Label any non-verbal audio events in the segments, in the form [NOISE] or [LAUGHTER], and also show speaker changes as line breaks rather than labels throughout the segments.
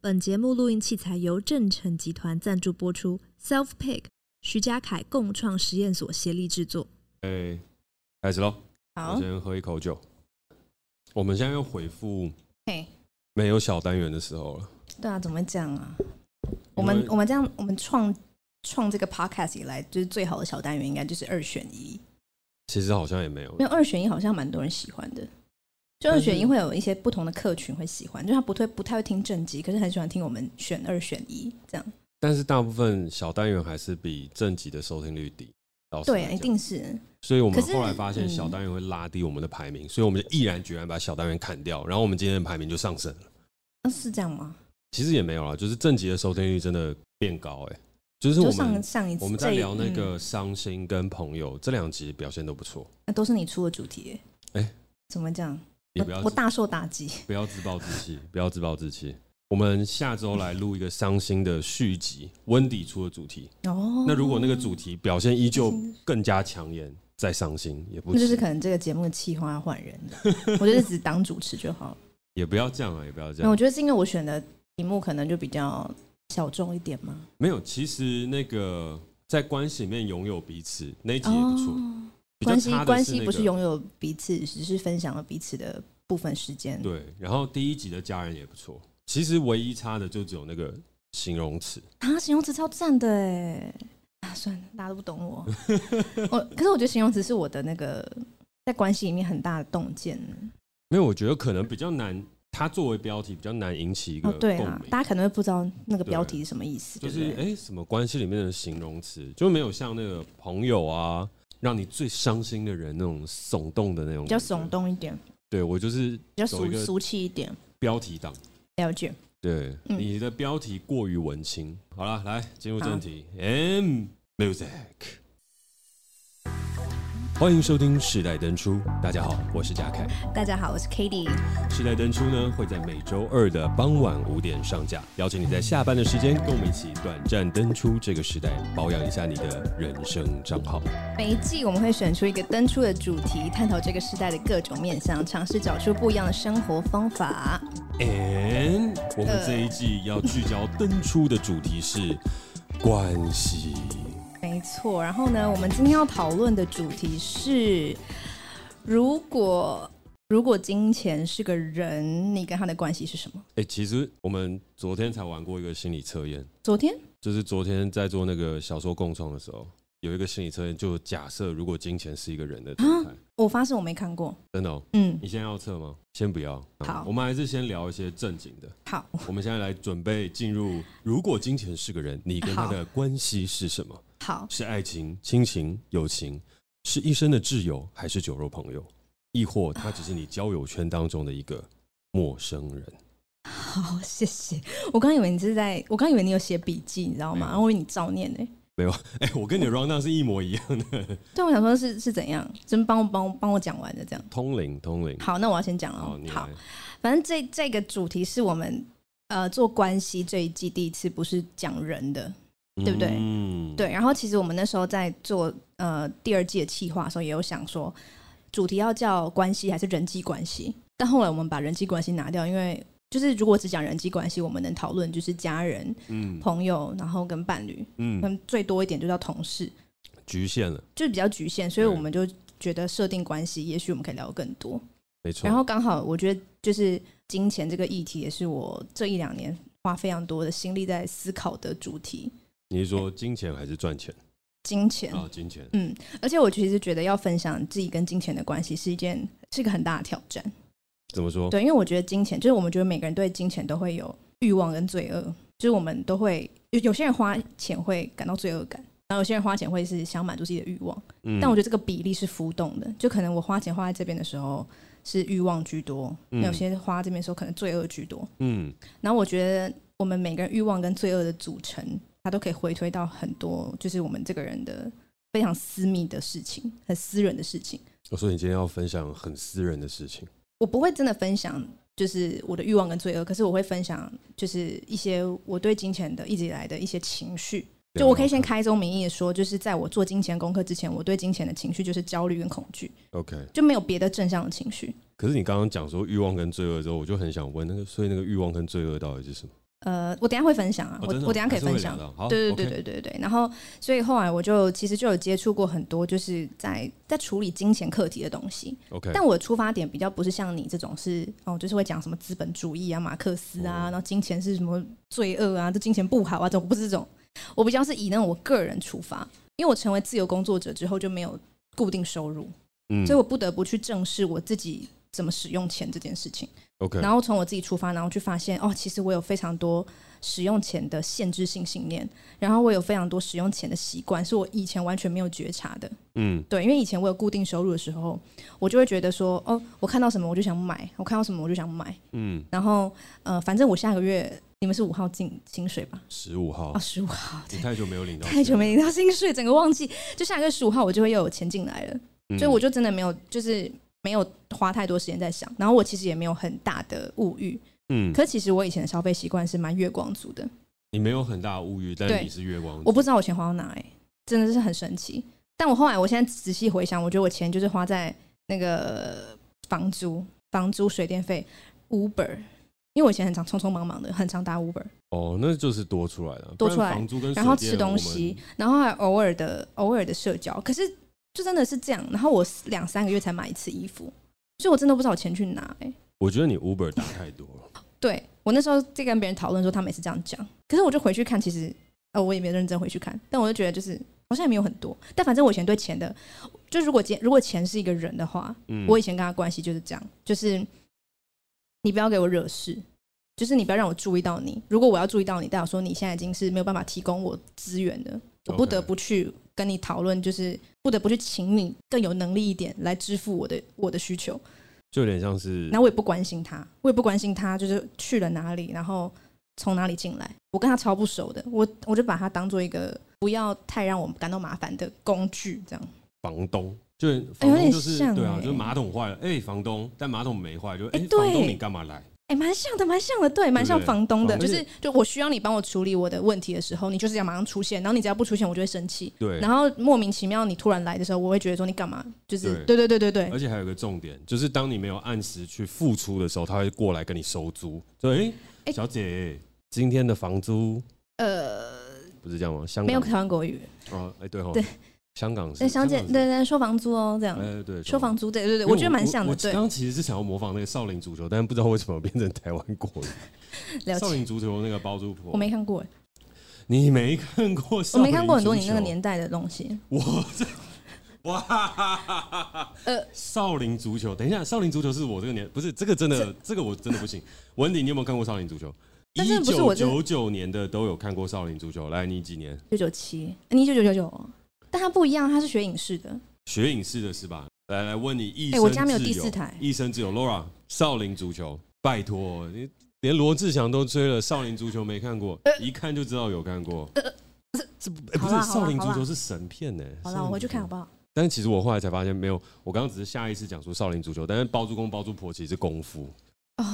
本节目录音器材由正成集团赞助播出，Self Pick 徐家凯共创实验所协力制作。
哎，开始喽！
好
我，先喝一口酒。我们现在又回复
嘿，
没有小单元的时候了。
对啊，怎么讲啊？我们我们这样，我们创创这个 podcast 以来，就是最好的小单元应该就是二选一，
其实好像也没有
因为，二选一好像蛮多人喜欢的。就二选一会有一些不同的客群会喜欢，就他不太不太会听正集，可是很喜欢听我们选二选一这样。
但是大部分小单元还是比正集的收听率低。老实
对啊，
来
一
讲。
定是
所以我们
可是
后来发现
嗯
小单元会拉低我们的排名，所以我们就毅然决然把小单元砍掉，然后我们今天的排名就上升了。
啊是这样吗？
其实也没有啦，就是正集的收听率真的变高哎、就是
就
我
上
们
上一次
我们在
这一
聊那
嗯
个伤心跟朋友这两集表现都不错，
那都是你出的主题耶。
哎
怎么讲？
也不要
我我大受打击。
不要自暴自弃， [LAUGHS] 不要自暴自弃。我们下周来录一个伤心的续集，温迪出的主题。
[LAUGHS] 哦，嗯
那如果那个主题表现依旧
伤心
更加抢眼，再伤心也不
那就是
行，
可能这个节目的企划要换人
[LAUGHS]
了，我就是只当主持就好了。
也不要这样啊，也不要这
那
样
我。觉得是因为我选的题目可能就比较小众一点嘛。
没有，其实那个在关系里面拥有彼此那一集也不错。
哦
比较
关系
差的
关系不
那
是
个
拥有彼此，只是分享了彼此的部分时间。
对，然后第一集的家人也不错。其实唯一差的就只有那个形容词，
啊，形容词超赞的哎！啊，算了，大家都不懂
[LAUGHS]
我。我可是我觉得形容词是我的那个在关系里面很大的洞见。啊
没有，我觉得可能比较难，它作为标题比较难引起一个
哦，
共
对
鸣。
啊，大家可能会不知道那个
对
标题是什么意思，
就
对
是
不对？
哎、诶什么关系里面的形容词就没有像那个朋友啊，让你最伤心的人那种耸动的那种，
比较耸。动一点，
对我就是
比较
走一
俗
个
俗气一点，
标题党，
了解。
对、
嗯
你的标题过于文青。好了，来进入正题，M Music。欢迎收听《时代登出》，大家好，我是嘉凯。
大家好，我是 k a t i e
时代登出呢会在每周二的傍晚五点上架，邀请你在下班的时间跟我们一起短暂登出这个时代，保养一下你的人生账号。
每一季我们会选出一个登出的主题，探讨这个时代的各种面向，尝试找出不一样的生活方法。
And 我们这一季要聚焦登出的主题是关系。
没错，然后呢，我们今天要讨论的主题是：如果如果金钱是个人，你跟他的关系是什么？
哎、其实我们昨天才玩过一个心理测验，
昨天
就是昨天在做那个小说共创的时候，有一个心理测验，就假设如果金钱是一个人的状态，
我发誓我没看过。
真的、哦，
嗯，
你现在要测吗？先不要，
好
我们还是先聊一些正经的。
好，
我们现在来准备进入，如果金钱是个人，你跟他的关系是什么？
好，
是爱情、亲情、友情，是一生的挚友，还是酒肉朋友？亦或他只是你交友圈当中的一个陌生人？
好，谢谢。我刚以为你是在，我刚以为你有写笔记，你知道
没有
吗？然后我以为你照念呢、
[LAUGHS] 哎、我跟你的 round down 是一模一样的，
对，我想说是是怎样，真帮我帮我帮我讲完的这样。
通灵，通灵。
好，那我要先讲
好，
哦
你。
好
来，。
反正这这个主题是我们呃做关系这一季第一次，不是讲人的 [LAUGHS] 对不对
嗯，
对。然后其实我们那时候在做呃第二季的企划的时候，也有想说主题要叫关系还是人际关系，但后来我们把人际关系拿掉，因为就是如果只讲人际关系，我们能讨论就是家人、
嗯
朋友，然后跟伴侣，
嗯，
嗯，最多一点就叫同事，
局限了，
就是比较局限，所以
对
我们就觉得设定关系，也许我们可以聊得更多。
没错。
然后刚好我觉得就是金钱这个议题，也是我这一两年花非常多的心力在思考的主题。
你是说金钱还是赚钱
金钱，
啊？金钱，
嗯，而且我其实觉得要分享自己跟金钱的关系是一件是一个很大的挑战。
怎么说？
对，因为我觉得金钱，就是我们觉得每个人对金钱都会有欲望跟罪恶，就是我们都会有有些人花钱会感到罪恶感。然后有些人花钱会是想满足自己的欲望，
嗯
但我觉得这个比例是浮动的，就可能我花钱花在这边的时候是欲望居多，
嗯
那有些花这边的时候可能罪恶居多。
嗯，
然后我觉得我们每个人欲望跟罪恶的组成，它都可以回推到很多，就是我们这个人的非常私密的事情，很私人的事情。
我说你今天要分享很私人的事情。
我不会真的分享，就是我的欲望跟罪恶，可是我会分享，就是一些我对金钱的一直以来的一些情绪。就我可以先开宗明义地说，就是在我做金钱功课之前，我对金钱的情绪就是焦虑跟恐惧，
OK，
就没有别的正向的情绪。
可是你刚刚讲说欲望跟罪恶之后，我就很想问那个，所以那个欲望跟罪恶到底是什么？
呃，我等一下会分享啊，
哦
我
真的哦
我等一下可以
还是会
分享
聊到。好
对对
OK
对对对对。然后，所以后来我就其实就有接触过很多，就是在在处理金钱课题的东西。
OK，
但我的出发点比较不是像你这种是哦，就是会讲什么资本主
哦
义啊、马克思啊，然后金钱是什么罪恶啊，这金钱不好啊，这种不是这种。我比较是以那种我个人出发，因为我成为自由工作者之后就没有固定收入，
嗯
所以我不得不去正视我自己怎么使用钱这件事情。
OK，
然后从我自己出发，然后去发现哦，其实我有非常多使用钱的限制性信念，然后我有非常多使用钱的习惯，是我以前完全没有觉察的。
嗯
对，因为以前我有固定收入的时候，我就会觉得说，哦，我看到什么我就想买，我看到什么我就想买。
嗯，
然后呃，反正我下个月你们是五号进薪水吧？
十五号
哦，，十五号，
你太久没有领到钱了，
[LAUGHS] 太久没领到薪水，整个忘记。就下个月十五号我就会又有钱进来了，
嗯，
所以我就真的没有，就是没有花太多时间在想。然后我其实也没有很大的物欲，
嗯，
可其实我以前的消费习惯是蛮月光族的，
你没有很大的物欲，但
对
你是月光族，
我不知道我钱花到哪、欸，真的是很神奇。但我后来，我现在仔细回想，我觉得我钱就是花在那个房租、房租、水电费、Uber，因为我以前很常匆匆忙忙的，很常打 Uber，
哦，那就是多出来了，
多出
不然
来
房租跟
然后
水
吃
电
东
我们
西，然后还偶尔的偶尔的社交。可是就真的是这样，然后我两三个月才买一次衣服，所以我真的不知道我钱去哪、欸。
我觉得你 Uber 打太多了，
对我那时候在跟别人讨论说，他们也是这样讲，可是我就回去看，其实呃我也没认真回去看，但我就觉得就是好像也没有很多，但反正我以前对钱的，就如果钱如果钱是一个人的话，
嗯，
我以前跟他关系就是这样，就是你不要给我惹事。就是你不要让我注意到你。如果我要注意到你，代表说你现在已经是没有办法提供我资源的，我不得
OK
不去跟你讨论，就是不得不去请你更有能力一点来支付我的我的需求。
就有点像是
然后我也不关心他，我也不关心他就是去了哪里，然后从哪里进来。我跟他超不熟的，我我就把他当做一个不要太让我感到麻烦的工具，这样。
房东，就
哎
房
有
东
点
就是
像
对啊，
哎
就是马桶坏了，哎，房东，但马桶没坏，就哎
哎，
房
对
东你干嘛来？
哎，蛮像的，蛮像的，对，蛮像
对
房东的，
房东
就是就我需要你帮我处理我的问题的时候，你就是要马上出现，然后你只要不出现，我就会生气。
对，
然后莫名其妙你突然来的时候，我会觉得说你干嘛？就是
对
对对对对对
而且还有一个重点，就是当你没有按时去付出的时候，他会过来跟你收租。所以，哎、
哎
小姐，今天的房租
呃，
不是这样吗？香港
没有台湾国语，
哦，哎、对哈，
对，
香港是
那小姐，
香
对
港是
对，收房租哦，这样
哎、对，
收房
租。
租，对对对，
因为
我觉得蛮像的，
我
对
刚，刚其实是想要模仿那个少林足球，但不知道为什么变成台湾国语。
了
少
解。
林足球那个包租婆，
我没看过，
你没看过少
我
林足球？
没看过很多你那个年代的东西。
我这哇，
呃
少林足球，等一下，少林足球是我这个年，不是这个真的，这个我真的不行。文鼎，你有没有看过少林足球？
但
一
是不是
九
我这
九九年的都有看过少林足球。来，你几年？
九九七，哎你一九九九九，但他不一样，他是学影视的。
学影视的是吧？来来，问你一生自
哎
由，
我家没有第四台
一生自由。Laura，少林足球，拜托，你连罗志祥都追了，少林足球没看过，
呃
一看就知道有看过。这不、哎不
好
是
啦好啦
少林足
好啦
球是神片呢、
好
少
了，
林
我回去
足球
看好不好？
但是其实我后来才发现，没有，我刚刚只是下意识讲说少林足球，但是包租公包租婆其实是功夫。
哦，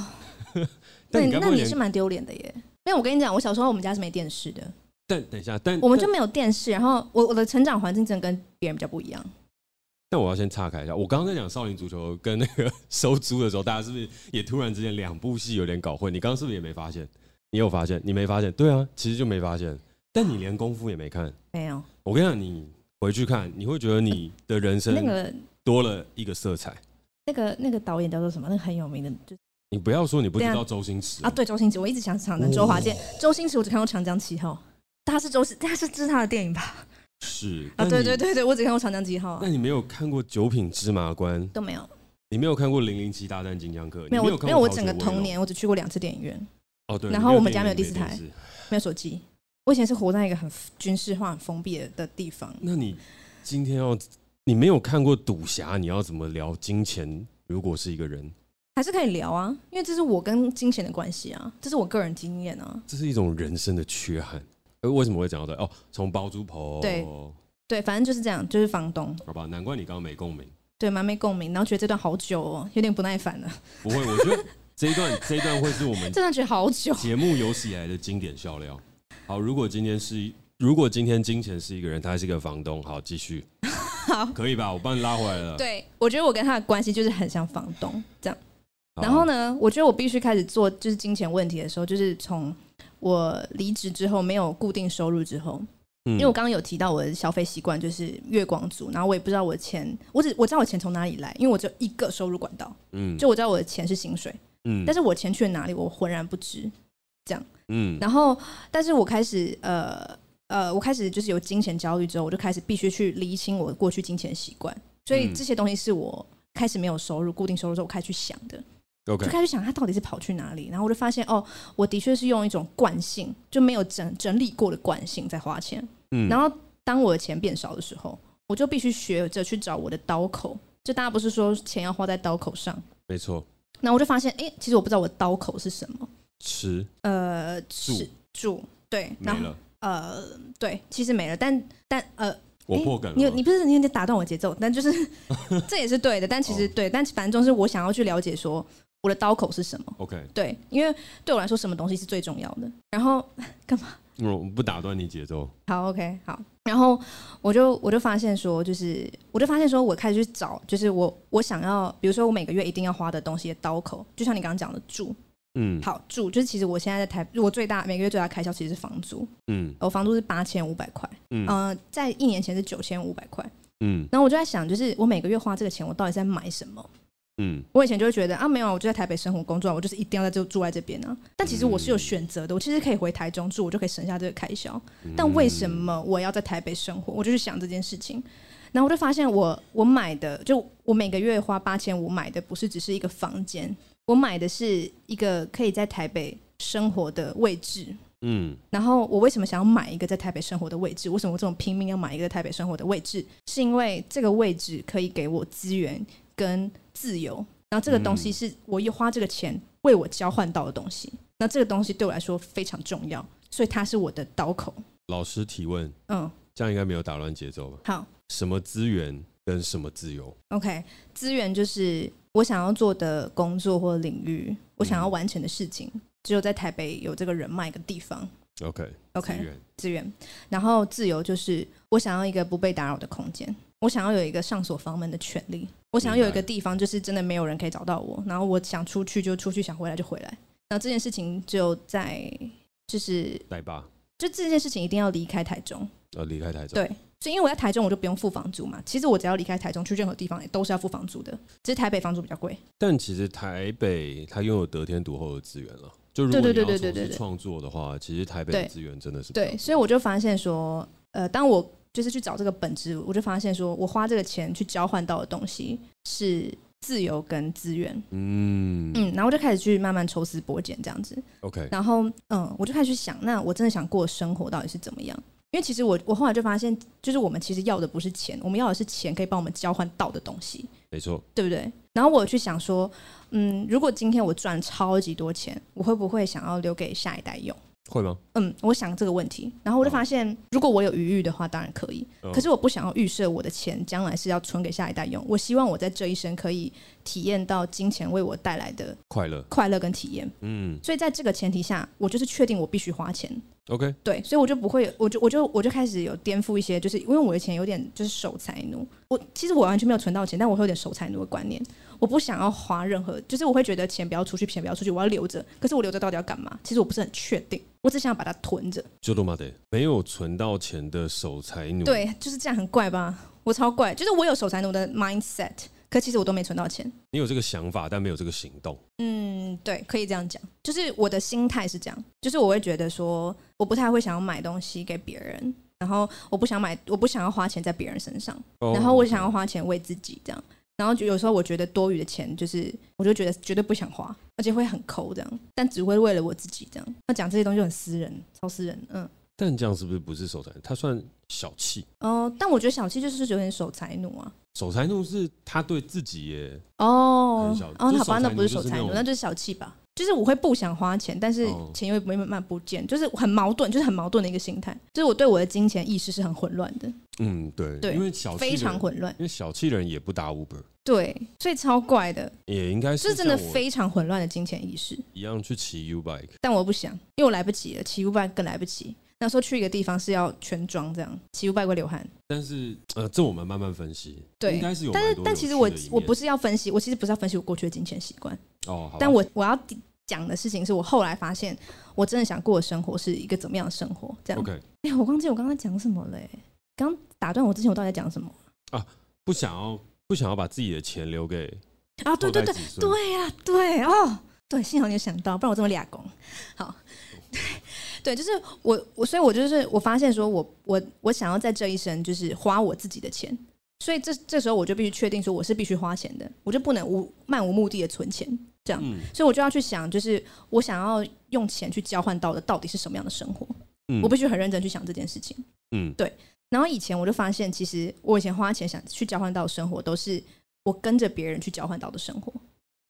[LAUGHS]
但
对，
你该不
那
会
你是
连……
蛮丢脸的耶。因为我跟你讲，我小时候我们家是没电视的，
但等一下，但
我们就
但
没有电视。然后我我的成长环境真的跟别人比较不一样。
但我要先岔开一下，我刚刚在讲少林足球跟那个 [LAUGHS] 收租的时候，大家是不是也突然之间两部戏有点搞混？你刚刚是不是也没发现？你有发现？你没发现？对啊，其实就没发现。但你连功夫也没看，
没有
我跟你讲，你回去看，你会觉得你的人
那
生
个
多了一个色彩。
那个那个导演叫做什么？那个很有名的，就
你不要说你不知
对
道
啊
周星驰
啊，对，周星驰。我一哦直想想成周华健，周星驰我只看过《长江七号》，他是周星，他是这是他的电影吧？
是
啊，对对。
但你
对对，我只看过《长江七号》啊
那，你没有看过《九品芝麻官》？
都没有，
你没有看过《零零七大战金枪客》？
没有
你
我
看
没有，我
逃学
整个
威龙
童年我只去过两次电影院。
哦，对。
然
你
后
没有
我们家
电影
没有第
没
四
电
台
视
没有手机。我以前是活在一个很军事化、很封闭的的地方。
那你今天要你没有看过《赌侠》，你要怎么聊金钱？如果是一个人，
还是可以聊啊，因为这是我跟金钱的关系啊，这是我个人经验啊。
这是一种人生的缺憾。呃，为什么会讲到这？哦，从包租婆
对对，反正就是这样，就是房东，
好吧，难怪你刚刚没共鸣。
对，蛮没共鸣，然后觉得这段好久哦，有点不耐烦了，
不会，我觉得这一段这一段会是我们
这段觉得好久。
节目有史以来的经典笑料。好，如果今天是如果今天金钱是一个人，他是一个房东，好，继续，
[LAUGHS] 好，
可以吧？我帮你拉回来了。
对，我觉得我跟他的关系就是很像房东这样。
好，
然后呢，我觉得我必须开始做就是金钱问题的时候，就是从我离职之后没有固定收入之后，
因
因为我刚刚有提到我的消费习惯就是月光族，然后我也不知道我的钱，我只我知道我的钱从哪里来，因为我只有一个收入管道，
嗯
就我知道我的钱是薪水，
嗯
但是
是
我钱去了哪里，我浑然不知。
嗯
然后，但是我开始呃呃，我开始就是有金钱焦虑之后，我就开始必须去厘清我过去金钱习惯，所以
嗯
这些东西是我开始没有收入、固定收入之后，我开始去想的，就
OK
开始想它到底是跑去哪里，然后我就发现哦，我的确是用一种惯性，就没有整整理过的惯性在花钱，
嗯
然后当我的钱变少的时候，我就必须学着去找我的刀口。就大家不是说钱要花在刀口上，
没错
那我就发现，哎、其实我不知道我的刀口是什么。
吃
呃，
住
是住对，
没
然后
了，
呃，对，其实没了，但但呃，
我
诶
破梗了
你
吗，
你不是你有点打断我节奏，但就是 [LAUGHS] 这也是对的，但其实
哦
对，但反正就是我想要去了解说我的刀口是什么，
OK，
对，因为对我来说什么东西是最重要的。然后
我不打断你节奏，
好，OK，好，然后我就我就发现说，就是我就发现说我开始去找，就是我我想要，比如说我每个月一定要花的东西的刀口，就像你刚刚讲的住，
嗯
好住，就是其实我现在在台，我最大每个月最大开销其实是房租，
嗯
我房租是八千五百块，
嗯
呃，在一年前是九千五百块。
嗯
然后我就在想，就是我每个月花这个钱，我到底在买什么？
嗯
我以前就会觉得啊，没有啊，我就在台北生活工作啊，我就是一定要在这住在这边啊。但其实我是有选择的，我其实可以回台中住，我就可以省下这个开销。
嗯，
但为什么我要在台北生活？我就去想这件事情。然后我就发现我，我买的就我每个月花八千五买的不是只是一个房间，我买的是一个可以在台北生活的位置。
嗯
然后我为什么想要买一个在台北生活的位置？为什么我这种拼命要买一个在台北生活的位置？是因为这个位置可以给我资源跟自由，然后这个东西
嗯
是我又花这个钱为我交换到的东西。那这个东西对我来说非常重要，所以它是我的刀口。
老师提问，
嗯，
这样应该没有打乱节奏吧？
好
什么资源跟什么自由？
，OK，资源就是我想要做的工作或领域，我
嗯
想要完成的事情，只有在台北有这个人脉跟地方。
OK，
OK，
资源
资源，然后自由就是我想要一个不被打扰的空间，我想要有一个上锁房门的权利，我想要有一个地方就是真的没有人可以找到我，然后我想出去就出去，想回来就回来。那这件事情只有在就是
代爸
就这件事情一定要离开台中，
要离开台中，
对所以因为我在台中我就不用付房租嘛。其实我只要离开台中去任何地方也都是要付房租的，只是台北房租比较贵。
但其实台北它拥有得天独厚的资源了。就如果
对
你
对
要
对对对
从
对
事
对
创作的话，其实台北的
对
资源真的是比较
对，所以我就发现说，呃，当我就是去找这个本质，我就发现说我花这个钱去交换到的东西是自由跟资源，
嗯
嗯，然后我就开始去慢慢抽丝剥茧这样子，
，OK，
然后嗯，我就开始去想，那我真的想过的生活到底是怎么样？因为其实我我后来就发现，就是我们其实要的不是钱，我们要的是钱可以帮我们交换到的东西，
没错，
对不对？然后我有去想说，嗯，如果今天我赚超级多钱，我会不会想要留给下一代用？
会吗？
嗯，我想这个问题，然后我就发现，如果我有余裕的话，当然可以。
嗯
可是我不想要预设我的钱将来是要存给下一代用，我希望我在这一生可以体验到金钱为我带来的
快乐，
快乐跟体验。
嗯
所以在这个前提下，我就是确定我必须花钱，
，OK，
对，所以我就不会，我就我就我就开始有颠覆一些，就是因为我以前有点就是守财奴，我其实我完全没有存到钱，但我会有点守财奴的观念，我不想要花任何，就是我会觉得钱不要出去，钱不要出去，我要留着，可是我留着到底要干嘛？其实我不是很确定，我只想把它囤着。
就多马得没有存到钱的守财奴，，
对，就是这样，很怪吧？我超怪，就是我有守财奴的 mindset，可其实我都没存到钱。
你有这个想法，但没有这个行动，
嗯，对，可以这样讲，就是我的心态是这样，就是我会觉得说，我不太会想要买东西给别人，然后我不想买，我不想要花钱在别人身上，
哦
然后我想要
要
花钱为自己这样。然后就有时候我觉得多余的钱，就是我就觉得绝对不想花，而且会很抠这样，但只会为了我自己这样。那讲这些东西就很私人，超私人，嗯。
但这样是不是不是守财奴？他算小气，
哦，但我觉得小气就是有点守财奴啊。
守财奴是他对自己也
哦
很小，
哦，
就
那
是
好吧，
守财
那
奴
不是
就是
守财
那
奴，
种
那就是小气吧。就是我会不想花钱，但是
哦
钱又没慢慢不见，就是很矛盾，就是很矛盾的一个心态。就是我对我的金钱意识是很混乱的，
嗯对，
对
因为小气
非
人
常，混乱。
因为小气人也不打 Uber，
对，所以超怪的，
也应
就
该
是
是
真的
像我
非常混乱的金钱意识。
一样去骑 U bike，
但我不想，因为我来不及了，骑 u b 更来不及。那时候去一个地方是要全装这样，骑 u b 会流汗。
但是呃，这我们慢慢分析，
对
应该是有
但是
蛮多有趣的一面，
但其实我我不
是
是要分析，我其实不是要分析我过去的金钱习惯，
哦，好吧
但我我要讲的事情，是我后来发现我真的想过的生活是一个怎么样的生活。这样，
OK，
哎、我忘记我刚刚讲什么了、欸，刚打断我之前我到底在讲什么
不想要不想要把自己的钱留给
啊？对
后
对
代
对
子，孙，
对呀、对哦，对，幸好你有想到，不然我这么俩工。好， [LAUGHS] 对对，就是我我，所以我就是我发现说我我我想要在这一生就是花我自己的钱，所以这这时候我就必须确定说我是必须花钱的，我就不能无漫无目的的存钱，
嗯
所以我就要去想，就是我想要用钱去交换到的到底是什么样的生活，
嗯
我必须很认真去想这件事情。
嗯
然后以前我就发现，其实我以前花钱想去交换到的生活，都是我跟着别人去交换到的生活。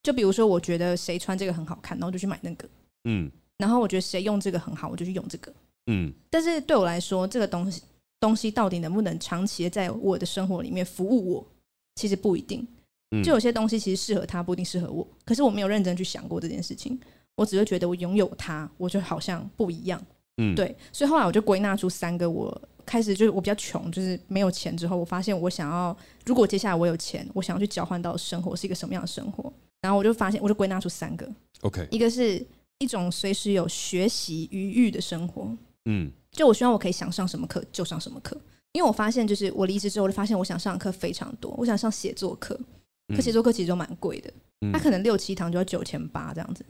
就比如说，我觉得谁穿这个很好看，然后我就去买那个；
嗯
然后我觉得谁用这个很好，我就去用这个。
嗯
但是对我来说，这个东西东西到底能不能长期地在我的生活里面服务我，其实不一定。
嗯，
就有些东西其实适合他，不一定适合我。可是我没有认真去想过这件事情，我只会觉得我拥有它，我就好像不一样。
嗯
对，所以后来我就归纳出三个我。开始就是我比较穷，就是没有钱之后，我发现我想要，如果接下来我有钱，我想要去交换到的生活是一个什么样的生活？然后我就发现，我就归纳出三个，
OK，
一个是一种随时有学习余裕的生活，
嗯
就我希望我可以想上什么课就上什么课，因为我发现就是我离职之后，我就发现我想上的课非常多，我想上写作课，
그
可写作课其实都蛮贵的，
嗯
它可能六七堂就要九千八这样子，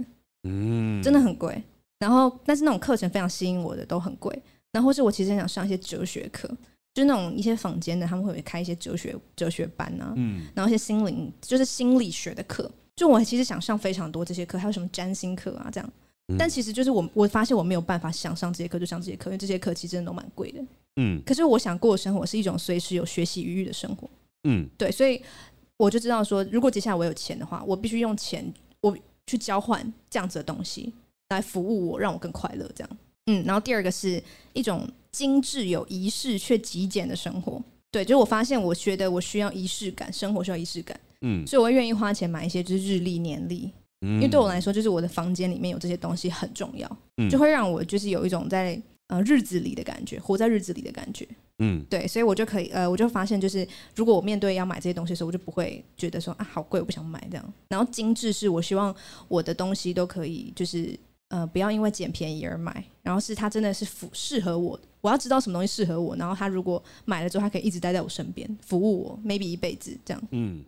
嗯
真的很贵。然后，但是那种课程非常吸引我的都很贵。然后，或是我其实很想上一些哲学课，就是那种一些坊间的，他们会开一些哲学哲学班啊，
嗯
然后一些心灵就是心理学的课。就我其实想上非常多这些课，还有什么占星课啊这样。
嗯
但其实就是我我发现我没有办法想上这些课就上这些课，因为这些课其实真的都蛮贵的。
嗯
可是我想过的生活是一种随时有学习余裕的生活。
嗯
对，所以我就知道说，如果接下来我有钱的话，我必须用钱我去交换这样子的东西来服务我，让我更快乐。这样，嗯。然后第二个是一种精致有仪式却极简的生活。对，就是我发现，我觉得我需要仪式感，生活需要仪式感，
嗯，
所以我会愿意花钱买一些就是日历、年历，
因
因为对我来说，就是我的房间里面有这些东西很重要，
嗯
就会让我就是有一种在呃日子里的感觉，活在日子里的感觉。
嗯
对，所以我就可以，呃，我就发现，就是如果我面对要买这些东西的时候，我就不会觉得说啊，好贵，我不想买这样。然后精致是我希望我的东西都可以，就是呃，不要因为捡便宜而买，然后是它真的是符适合我的，我要知道什么东西适合我，然后它如果买了之后，它可以一直待在我身边，服务我，maybe 一辈子这样。
嗯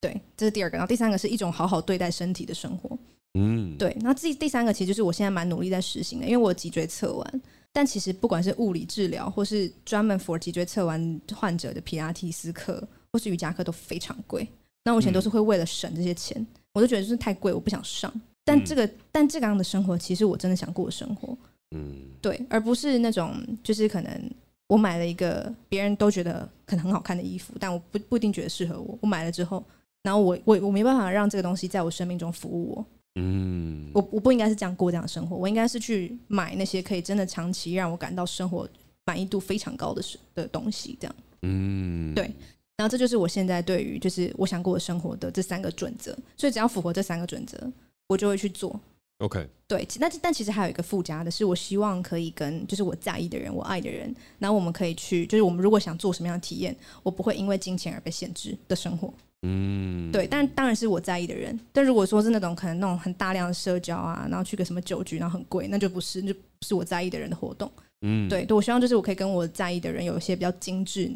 对，这是第二个。然后第三个是一种好好对待身体的生活。
嗯，
对，然后第第三个其实就是我现在蛮努力在实行的，因为我有脊椎侧弯，但其实不管是物理治疗，或是专门 for 脊椎侧弯患者的皮拉提斯课，或是瑜伽课都非常贵。那我以前都是会为了省这些钱，我就觉得就是太贵，我不想上。但这个、但这个样的生活，其实我真的想过的生活，
嗯
对，而不是那种就是可能我买了一个别人都觉得可能很好看的衣服，但我不不一定觉得适合我，我买了之后，然后我我我没办法让这个东西在我生命中服务我。
嗯，
我我不应该是这样过这样的生活，我应该是去买那些可以真的长期让我感到生活满意度非常高的事的东西，这样。
嗯
对然后这就是我现在对于就是我想过的生活的这三个准则，所以只要符合这三个准则，我就会去做。
OK
对，其但但其实还有一个附加的是，我希望可以跟就是我在意的人、我爱的人，然后我们可以去，就是我们如果想做什么样的体验，我不会因为金钱而被限制的生活。
嗯
对，但当然是我在意的人。但如果说是那种可能那种很大量的社交啊，然后去个什么酒局，然后很贵，那就不是，那就不是我在意的人的活动。
嗯
对，对我希望就是我可以跟我在意的人有一些比较精致、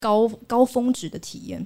高高峰值的体验。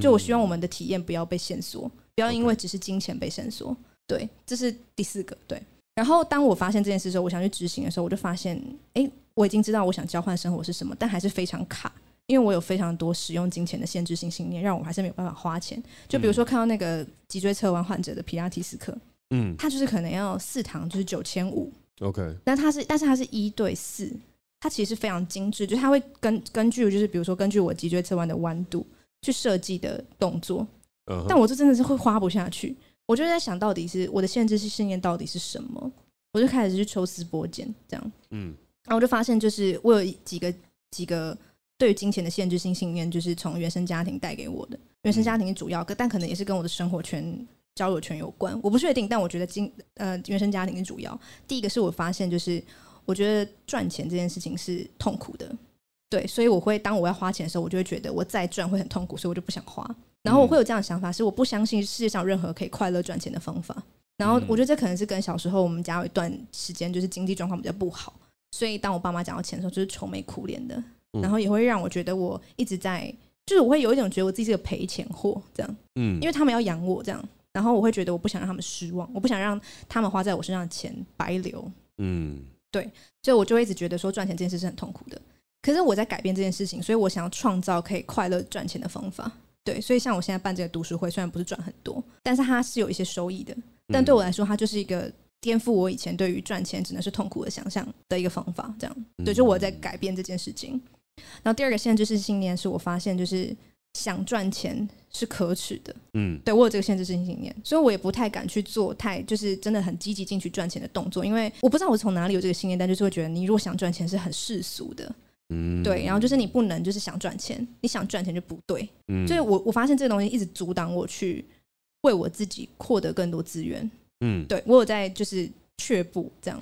就
嗯
我希望我们的体验不要被限缩，不要因为只是金钱被限缩。对，这是第四个。对，然后当我发现这件事的时候，我想去执行的时候，我就发现，哎，我已经知道我想交换生活是什么，但还是非常卡，因为我有非常多使用金钱的限制性信念，让我还是没有办法花钱。就比如说看到那个脊椎侧弯患者的皮拉提斯课，
嗯
他就是可能要四堂就是九千五，
OK
但它是，但是它是一对四，它其实非常精致，就是它会根根据就是比如说根据我脊椎侧弯的弯度去设计的动作，
嗯
但我这真的是会花不下去。我就在想到底是我的限制性信念到底是什么，我就开始去抽丝剥茧，这样，
嗯
然后我就发现就是我有几个几个对于金钱的限制性信念，就是从原生家庭带给我的。原生家庭是主要，但可能也是跟我的生活圈、交友圈有关，我不确定。但我觉得金呃原生家庭是主要。第一个是我发现，就是我觉得赚钱这件事情是痛苦的，对，所以我会当我要花钱的时候，我就会觉得我再赚会很痛苦，所以我就不想花。然后我会有这样的想法，是我不相信世界上有任何可以快乐赚钱的方法，然后
嗯
我觉得这可能是跟小时候我们家有一段时间就是经济状况比较不好，所以当我爸妈讲到钱的时候，就是愁眉苦脸的，
嗯
然后也会让我觉得我一直在，就是我会有一种觉得我自己是个赔钱货这样，
嗯
因为他们要养我这样，然后我会觉得我不想让他们失望，我不想让他们花在我身上的钱白流，
嗯
所以我就会一直觉得说赚钱这件事是很痛苦的。可是我在改变这件事情，所以我想要创造可以快乐赚钱的方法。对，所以像我现在办这个读书会，虽然不是赚很多，但是它是有一些收益的。但
嗯
对我来说，它就是一个颠覆我以前对于赚钱只能是痛苦的想象的一个方法。这样，
네,
对，就我
嗯
在改变这件事情。然后第二个限制是信念，是我发现就是想赚钱是可耻的。
嗯
对我有这个限制性信念，所以我也不太敢去做太就是真的很积极进去赚钱的动作，因为我不知道我从哪里有这个信念，但就是会觉得你如果想赚钱是很世俗的，
嗯
对，然后就是你不能就是想赚钱，你想赚钱就不对，
嗯
所以我我发现这个东西一直阻挡我去为我自己获得更多资源，
嗯
对我有在就是却步这样，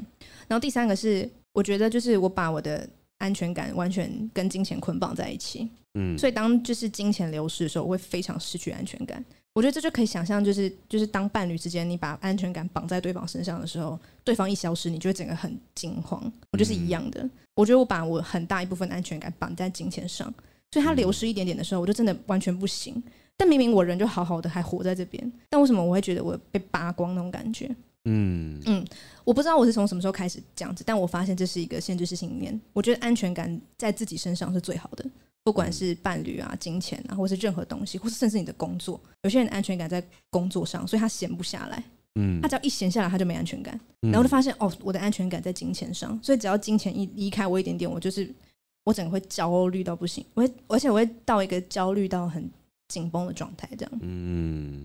然后第三个是我觉得就是我把我的安全感完全跟金钱捆绑在一起，
嗯
所以当就是金钱流失的时候，我会非常失去安全感。我觉得这就可以想象，就是就是当伴侣之间，你把安全感绑在对方身上的时候，对方一消失，你就会整个很惊慌。我就是一样的，我觉得我把我很大一部分的安全感绑在金钱上，所以它流失一点点的时候，我就真的完全不行。但明明我人就好好的，还活在这边，但为什么我会觉得我被扒光那种感觉？
嗯
我不知道我是从什么时候开始这样子，但我发现这是一个限制式信念。我觉得安全感在自己身上是最好的，不管是伴侣啊、金钱啊，或是任何东西，或是甚至你的工作。有些人的安全感在工作上，所以他闲不下来，
嗯
他只要一闲下来，他就没安全感。
然
然后就发现哦，我的安全感在金钱上，所以只要金钱一离开我一点点，我就是我整个会焦虑到不行，我会而且我会到一个焦虑到很紧绷的状态这样。
嗯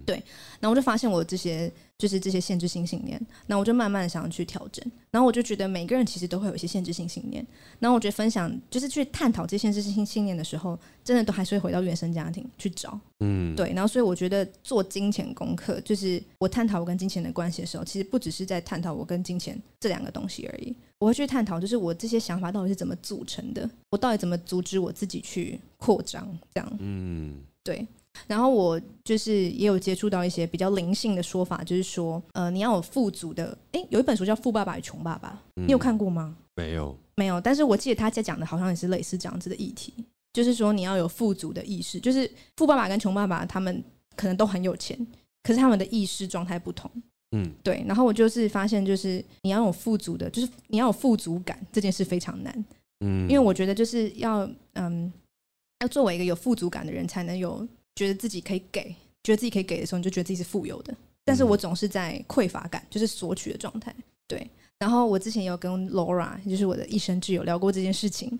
对然后我就发现我有这些就是这些限制性信念，然后我就慢慢地想要去调整，然后我就觉得每个人其实都会有一些限制性信念，然后我觉得分享就是去探讨这些限制性信念的时候，真的都还是会回到原生家庭去找，
嗯
对，然后所以我觉得做金钱功课，就是我探讨我跟金钱的关系的时候，其实不只是在探讨我跟金钱这两个东西而已，我会去探讨就是我这些想法到底是怎么组成的，我到底怎么阻止我自己去扩张这样。
嗯
对，然后我就是也有接触到一些比较灵性的说法，就是说，呃，你要有富足的，诶，有一本书叫《富爸爸与穷爸爸》，
嗯
你有看过吗？
没有？
没有，但是我记得他在讲的好像也是类似这样子的议题，就是说你要有富足的意识，就是富爸爸跟穷爸爸他们可能都很有钱，可是他们的意识状态不同。
嗯
对，然后我就是发现，就是你要有富足的，就是你要有富足感这件事非常难。
嗯，
因为我觉得就是要嗯，要作为一个有富足感的人，才能有觉得自己可以给，觉得自己可以给的时候，你就觉得自己是富有的。但是我总是在匮乏感，就是索取的状态。对，然后我之前也有跟 Laura，就是我的一生挚友聊过这件事情，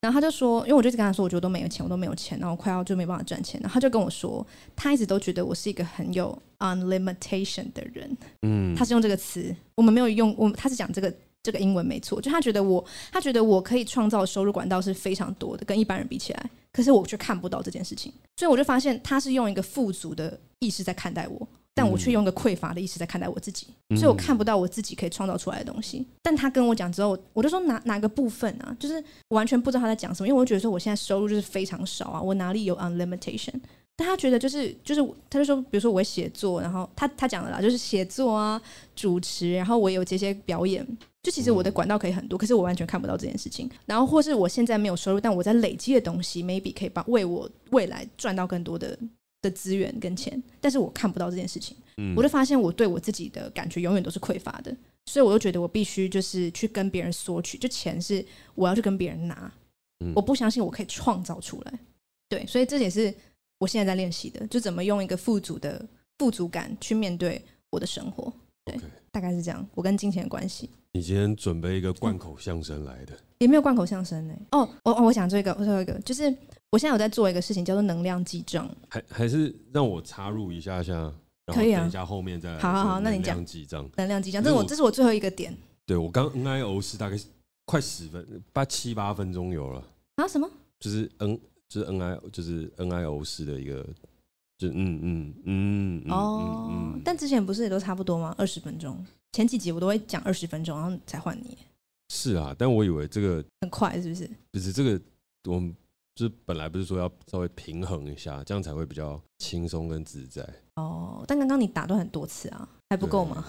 然后他就说，因为我就一直跟他说，我觉得我都没有钱，我都没有钱，然后我快要就没办法赚钱，然后他就跟我说，他一直都觉得我是一个很有 unlimitation 的人，
嗯
他是用这个词，我们没有用，我们他是讲这个这个英文没错，就他觉得我他觉得我可以创造收入管道是非常多的，跟一般人比起来，可是我却看不到这件事情，所以我就发现他是用一个富足的意识在看待我，但我却用一个匮乏的意识在看待我自己，所
嗯
以我看不到我自己可以创造出来的东西。但他跟我讲之后，我就说哪哪个部分啊，就是我完全不知道他在讲什么，因为我觉得说我现在收入就是非常少啊，我哪里有 unlimitation？但他觉得就是就是，他就说，比如说我会写作，然后他他讲的啦，就是写作啊、主持，然后我也有这些表演，就其实我的管道可以很多，可是我完全看不到这件事情。然后或是我现在没有收入，但我在累积的东西，maybe 可以帮为我未来赚到更多的的资源跟钱，但是我看不到这件事情，
嗯
我就发现我对我自己的感觉永远都是匮乏的，所以我就觉得我必须就是去跟别人索取，就钱是我要去跟别人拿，
嗯
我不相信我可以创造出来。对，所以这也是我现在在练习的，就怎么用一个富足的富足感去面对我的生活。对
OK
大概是这样，我跟金钱的关系。
你今天准备一个贯口相声来的，
也没有贯口相声呢、哦，我哦，我想做一个，我做一个，就是我现在有在做一个事情，叫做能量记账。
还还是让我插入一下下，然后
可以啊
等一下后面再来
好好好那你
能量
讲
几张？
能量记账，
可
这
是
是
我
我这是我最后一个点
对我刚 N I O 是大概快十分八七八分钟有了，
啊？什么？
就是 N 就是 N I 就是 N I O 式的一个，就嗯嗯嗯嗯
哦，
嗯嗯，
但之前不是也都差不多吗？二十分钟，前几集我都会讲二十分钟，然后才换你，
是啊，但我以为这个
很快是不是？
不是这个，我们就是本来不是说要稍微平衡一下，这样才会比较轻松跟自在。
哦，但刚刚你打断很多次啊，还不够吗？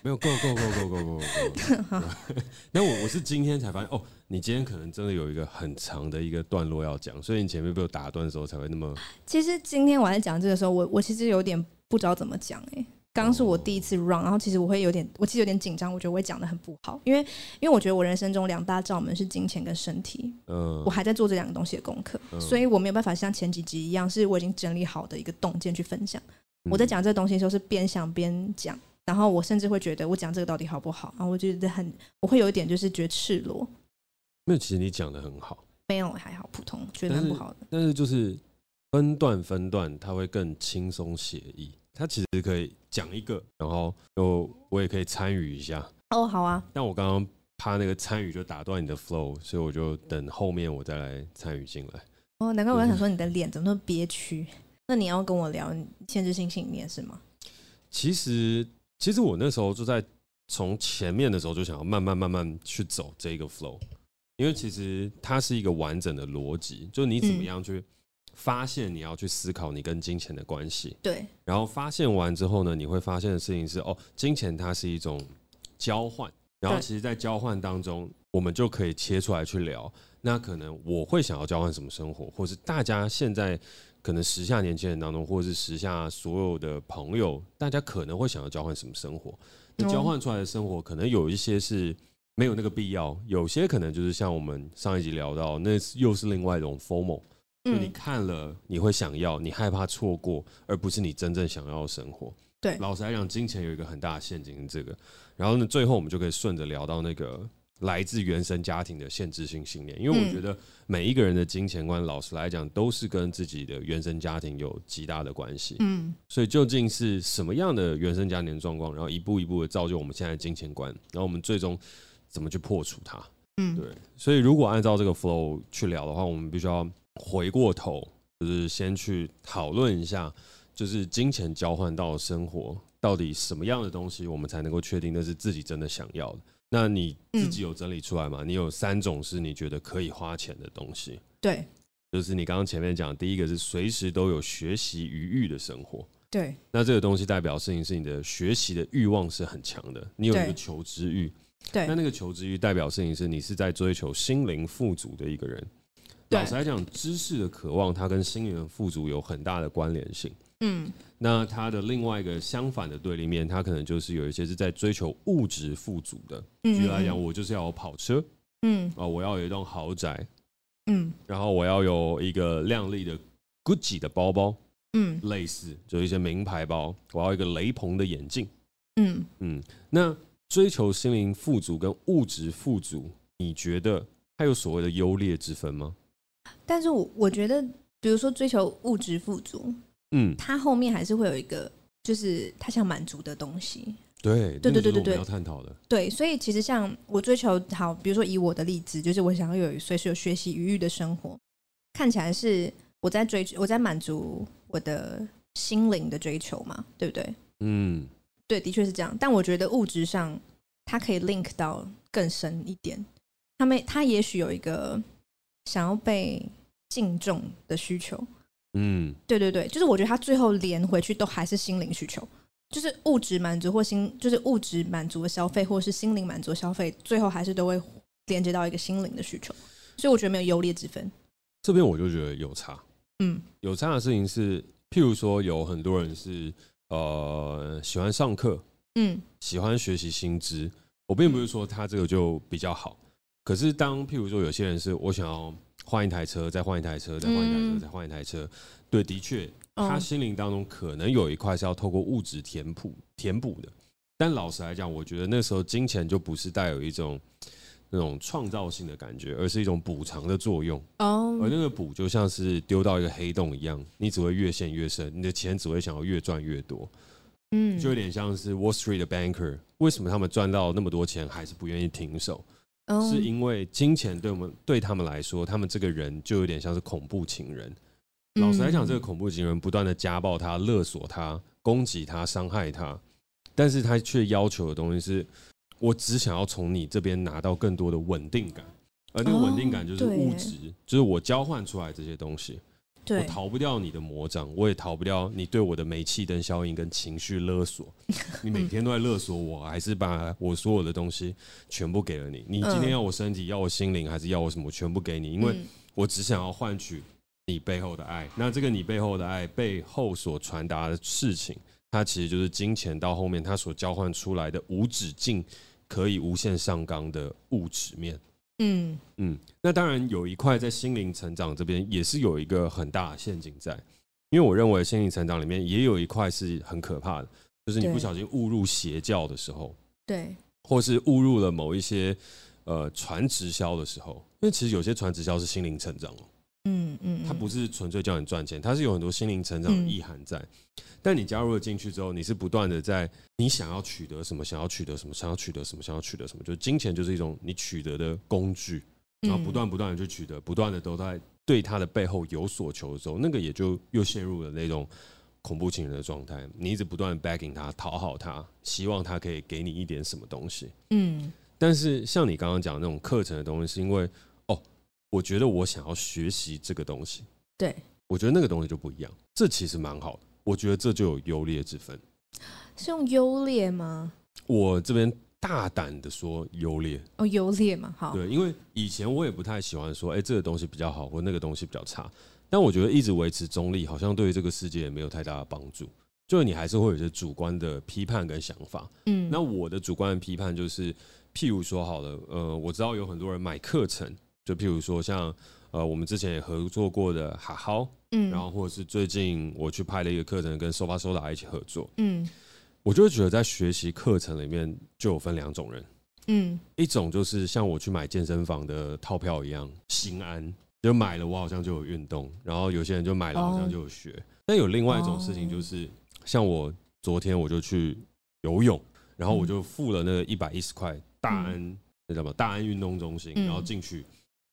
没有够够够够够够够。 [LAUGHS] 那我我是今天才发现哦，你今天可能真的有一个很长的一个段落要讲，所以你前面被我打断的时候才会那么
其实今天我在讲这个时候，我我其实有点不知道怎么讲哎、刚刚是我第一
哦
次 run，然后其实我会有点，我其实有点紧张，我觉得我会讲的很不好，因为因为我觉得我人生中两大罩门是金钱跟身体，
嗯
我还在做这两个东西的功课，
嗯
所以我没有办法像前几集一样，是我已经整理好的一个洞见去分享。
嗯
我在讲这个东西的时候是边想边讲，然后我甚至会觉得我讲这个到底好不好，然后我觉得很，我会有一点就是觉得赤裸，
没有，其实你讲的很好，
没有还好，普通，觉得蛮不好的。
但是就是分段分段，它会更轻松写意。它其实可以讲一个，然后就我也可以参与一下。
哦，好啊，
但我刚刚怕那个参与就打断你的 flow，所以我就等后面我再来参与进来。
哦，难怪我在想说你的脸怎么那么憋屈，那你要跟我聊你限制性信念是吗？
其实，其实我那时候就在从前面的时候就想要慢慢慢慢去走这个 flow，因为其实它是一个完整的逻辑，就你怎么
嗯
样去发现你要去思考你跟金钱的关系，
对，
然后发现完之后呢，你会发现的事情是哦，金钱它是一种交换，然后
对
其实，在交换当中，我们就可以切出来去聊。那可能我会想要交换什么生活，或是大家现在可能时下年轻人当中，或是时下所有的朋友，大家可能会想要交换什么生活？那
嗯
交换出来的生活，可能有一些是没有那个必要，有些可能就是像我们上一集聊到，那是又是另外一种 formal。就你
嗯，
看了，你会想要，你害怕错过，而不是你真正想要的生活。
对
老实来讲，金钱有一个很大的陷阱是这个。然后呢，最后我们就可以顺着聊到那个来自原生家庭的限制性信念，因为我
嗯
觉得每一个人的金钱观，老实来讲，都是跟自己的原生家庭有极大的关系。
嗯，
所以究竟是什么样的原生家庭的状况，然后一步一步的造就我们现在的金钱观，然后我们最终怎么去破除它？
嗯，
对所以如果按照这个 flow 去聊的话，我们必须要回过头，就是先去讨论一下，就是金钱交换到生活到底什么样的东西，我们才能够确定那是自己真的想要的。那你自己有整理出来吗？你有三种是你觉得可以花钱的东西，
对
就是你刚刚前面讲，第一个是随时都有学习余裕的生活。
对
那这个东西代表事情是你的学习的欲望是很强的，你有一个
对
求知欲，
对
那那个求知欲代表事情是你是在追求心灵富足的一个人。
对
老实来讲，知识的渴望它跟心灵的富足有很大的关联性。
嗯，
那它的另外一个相反的对立面，它可能就是有一些是在追求物质富足的。
嗯，
举例来讲，我就是要有跑车
嗯
啊，我要有一栋豪宅，
嗯
然后我要有一个靓丽的 GUCCI 的包包，
嗯
类似就一些名牌包，我要一个雷朋的眼镜。
嗯，
嗯，那追求心灵富足跟物质富足，你觉得它有所谓的优劣之分吗？
但是我我觉得，比如说追求物质富足，
嗯，
他后面还是会有一个，就是他想满足的东西。
对，
对
那个
对对
就是我
对
们要探讨的，
对，所以其实像我追求好，比如说以我的例子，就是我想要有随时有学习余裕的生活，看起来是我在追，我在满足我的心灵的追求嘛，对不对？
嗯，
对，的确是这样。但我觉得物质上，它可以 link 到更深一点。他们他也许有一个想要被敬重的需求。
嗯，
对对对，就是我觉得他最后连回去都还是心灵需求，就是物质满足或心，就是物质满足的消费，或是心灵满足的消费，最后还是都会连接到一个心灵的需求。所以我觉得没有优劣之分。
这边我就觉得有差，
嗯
有差的事情是，譬如说有很多人是呃喜欢上课，
嗯
喜欢学习新知，我并不是说他这个就比较好，可是当譬如说有些人是我想要换一台车，再换一台车，再换一台车，
嗯
再换一台车，对，的确他
哦
心灵当中可能有一块是要透过物质填补填补的。但老实来讲，我觉得那时候金钱就不是带有一种那种创造性的感觉，而是一种补偿的作用。而
哦
那个补就像是丢到一个黑洞一样，你只会越陷越深，你的钱只会想要越赚越多，
嗯
就有点像是 Wall Street 的 banker，为什么他们赚到那么多钱还是不愿意停手？
哦
是因为金钱对我们对他们来说，他们这个人就有点像是恐怖情人。
嗯
老实来讲，这个恐怖情人不断的家暴他、勒索他、攻击他、伤害他，但是他却要求的东西是，我只想要从你这边拿到更多的稳定感，而那个
哦
稳定感就是
对
物
耶
质，就是我交换出来这些东西。我
对，
逃不掉你的魔掌，我也逃不掉你对我的煤气灯效应跟情绪勒索。你
嗯
每天都在勒索我，还是把我所有的东西全部给了你？你今天
嗯
要我身体，要我心灵，还是要我什么？全部给你，因为
嗯
我只想要换取你背后的爱。那这个你背后的爱背后所传达的事情，它其实就是金钱到后面它所交换出来的无止境、可以无限上纲的物质面。
[LAUGHS] 嗯
嗯，那当然有一块在心灵成长这边也是有一个很大的陷阱在，因为我认为心灵成长里面也有一块是很可怕的，就是你
对
不小心误入邪教的时候，
对，
或是误入了某一些呃传直销的时候，因为其实有些传直销是心灵成长哦，
嗯嗯，
它不
是
是纯粹叫你赚钱，它是有很多心灵成长的意涵在。但你加入了进去之后，你是不断的在你想要取得什么，想要取得什么，想要取得什么，想要取得什么，就是金钱就是一种你取得的工具。
嗯
然后不断不断的去取得，不断的都在对他的背后有所求的时候，那个也就又陷入了那种恐怖情人的状态。你一直不断的 begging 他，讨好他，希望他可以给你一点什么东西。
嗯
但是像你刚刚讲的那种课程的东西，是因为哦，我觉得我想要学习这个东西，
对，
我觉得那个东西就不一样，这其实蛮好的。我觉得这就有优劣之分。
是用优劣吗？
我这边大胆的说优劣，
哦，优劣嘛，好，
对，因为以前我也不太喜欢说，哎、这个东西比较好，或那个东西比较差。但我觉得一直维持中立，好像对于这个世界也没有太大的帮助。就是你还是会有一些主观的批判跟想法。
嗯，
那我的主观的批判就是，譬如说好了，呃，我知道有很多人买课程，就譬如说像呃我们之前也合作过的哈好，
嗯，
然后或者是最近我去拍了一个课程，跟 Sofa Soda 一起合作，
嗯
我就会觉得在学习课程里面就有分两种人。
嗯
一种就是像我去买健身房的套票一样，心安，就买了我好像就有运动，然后有些人就买了好像就有学。但有另外一种事情就是，像我昨天我就去游泳，然后我就付了那个一百一十块大安那叫什么大安运动中心，
嗯
然后进去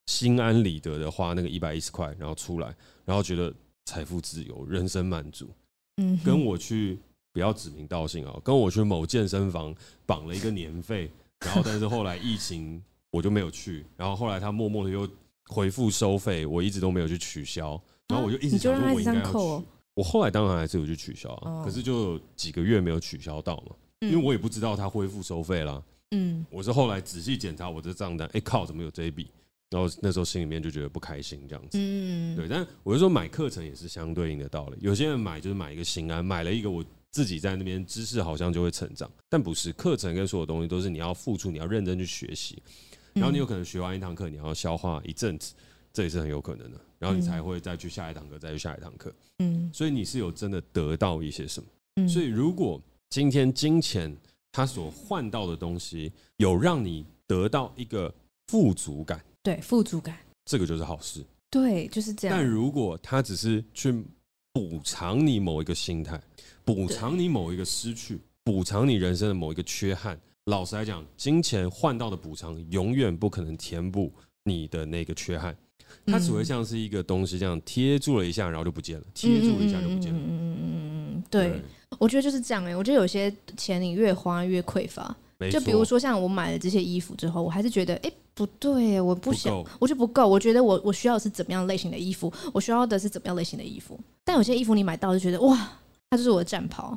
心安理得的花那个一百一十块，然后出来，然后觉得财富自由，人生满足。
嗯，
跟我去不要指名道姓哦，跟我去某健身房绑了一个年费，然后但是后来疫情我就没有去，然后后来他默默的又回复收费，我一直都没有去取消，然后我就一直
你就
想
让
说
他
我
一直
应
这
该
样
要
扣哦
去，我后来当然还是有去取消啊，
哦
可是就有几个月没有取消到嘛，因为我也不知道他恢复收费啦，
嗯
我是后来仔细检查我这账单，哎、靠，怎么有这一笔？然后那时候心里面就觉得不开心这样子。
嗯
对，但我是说买课程也是相对应的道理。有些人买就是买一个心安，买了一个我自己在那边知识好像就会成长，但不是课程跟所有东西都是你要付出，你要认真去学习，
嗯
然后你有可能学完一堂课，你要消化一阵子，这也是很有可能的，然后
嗯
你才会再去下一堂课，再去下一堂课，
嗯
所以你是有真的得到一些什么。
嗯，
所以如果今天金钱它所换到的东西有让你得到一个富足感，
对富足感，
这个就是好事。
对就是这样
但，如果他只是去补偿你某一个心态，补偿你某一个失去，补偿你人生的某一个缺憾，老实来讲，金钱换到的补偿永远不可能填补你的那个缺憾，它只会
嗯
像是一个东西这样贴住了一下，然后就不见了，贴住了一下就不见
嗯
了。
嗯嗯嗯嗯，对，我觉得就是这样哎，我觉得有些钱你越花越匮乏，
没
就比如
错
说像我买了这些衣服之后，我还是觉得哎不对，我不
不
想。
够，
我觉得不够，我觉得我我需要的是怎么样类型的衣服，我需要的是怎么样类型的衣服。但有些衣服你买到就觉得哇，它就是我的战袍，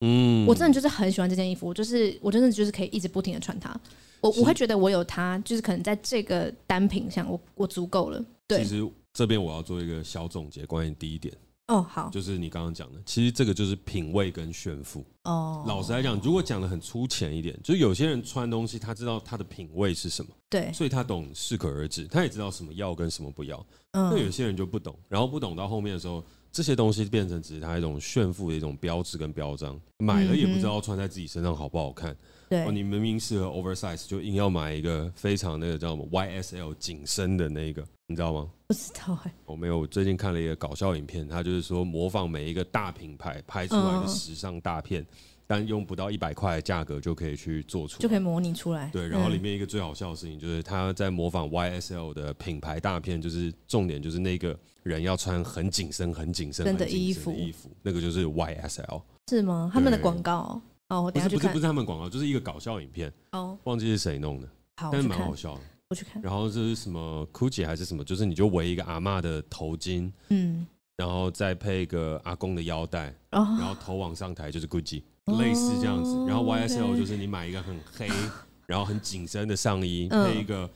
嗯
我真的就是很喜欢这件衣服，我就是我真的就是可以一直不停的穿它。我
是
我会觉得我有它，就是可能在这个单品上我我足够了。对
其实这边我要做一个小总结，关于第一点，
哦，好
就是你刚刚讲的，其实这个就是品味跟炫富。
哦，
老实来讲，如果讲的很粗浅一点，就是有些人穿东西，他知道他的品味是什么，
对，
所以他懂适可而止，他也知道什么要跟什么不要。那有
嗯
些人就不懂，然后不懂到后面的时候，这些东西变成只是他一种炫富的一种标志跟标章，买了也不知道穿在自己身上好不好看。
嗯对
哦，你明明适合 oversize，就硬要买一个非常那个叫什么 YSL 紧身的那个，你知道吗？
不知道哎、
我没有，我最近看了一个搞笑影片，它就是说模仿每一个大品牌拍出
嗯
来的时尚大片，但用不到一百块的价格就可以去做出来，
就可以模拟出来。
对。然后里
嗯
面一个最好笑的事情就是他在模仿 YSL 的品牌大片，就是重点就是那个人要穿很紧身、很紧身、
真的
很紧身
衣服
衣服那个就是 YSL，
是吗？他们的
对
广告哦哦，我
不
等一下
是不
去
是
看
不是他们广告，就是一个搞笑影片，
哦。
忘记是谁弄的，
好，我
但
去
是蛮
看
好，笑的。
我去看。
然后这是什么 Gucci 还是什么，就是你就围一个阿嬷的头巾，
嗯，
然后再配一个阿公的腰带，
然
然后头往上抬就是 Gucci，、类似这样子。然
哦
后 YSL 就是你买一个很黑，然后很紧身的上衣，
嗯
配一个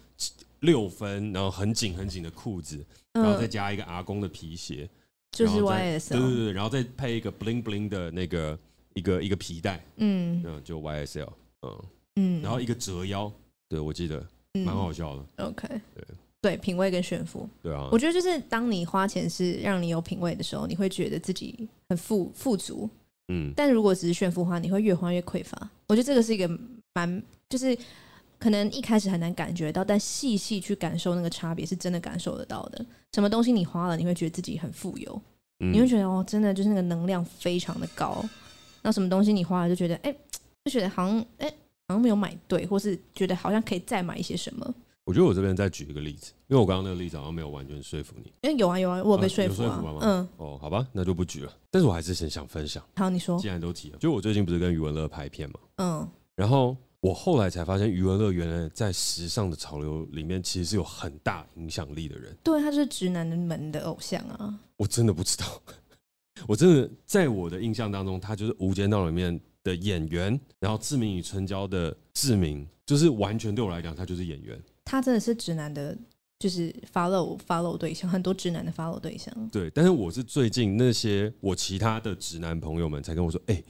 六分，然后很紧很紧的裤子，然后再
嗯，
加一个阿公的皮鞋，
就是
然后再对对
YSL，
对，然后再配一个 bling bling 的那个一个一个皮带，
嗯
嗯，就 YSL，嗯，
嗯，
然后一个折腰，对我记得蛮好笑的，
嗯，OK，
对
对，品味跟炫富，
对啊
我，觉得就是当你花钱是让你有品味的时候，你会觉得自己很富富足，
嗯，
但如果只是炫富的话，你会越花越匮乏。我觉得这个是一个蛮，就是可能一开始很难感觉到，但细细去感受那个差别，是真的感受得到的。什么东西你花了，你会觉得自己很富有，你会
嗯
觉得哦，真的就是那个能量非常的高。那什么东西你花了就觉得，哎、就觉得好像，哎、好像没有买对，或是觉得好像可以再买一些什么。
我觉得我这边再举一个例子，因为我刚刚那个例子好像没有完全说服你。
因为有啊有啊，我有被
啊
说
有
服
说
啊，
服吗
嗯，
哦，好吧，那就不举了。但是我还是很想分享，
好，你说
既，然都提了，就我最近不是跟余文乐拍片嘛，
嗯
然后我后来才发现，余文乐原来在时尚的潮流里面其实是有很大影响力的人。
对，他就是直男们的偶像啊，
我真的不知道， [LAUGHS] 我真的在我的印象当中，他就是《无间道》里面的演员，然后《志明与春娇》的志明，就是完全对我来讲，他就是演员。
他真的是直男的，就是 follow follow 对象，很多直男的 follow 对象。
对，但是我是最近那些我其他的直男朋友们才跟我说，哎、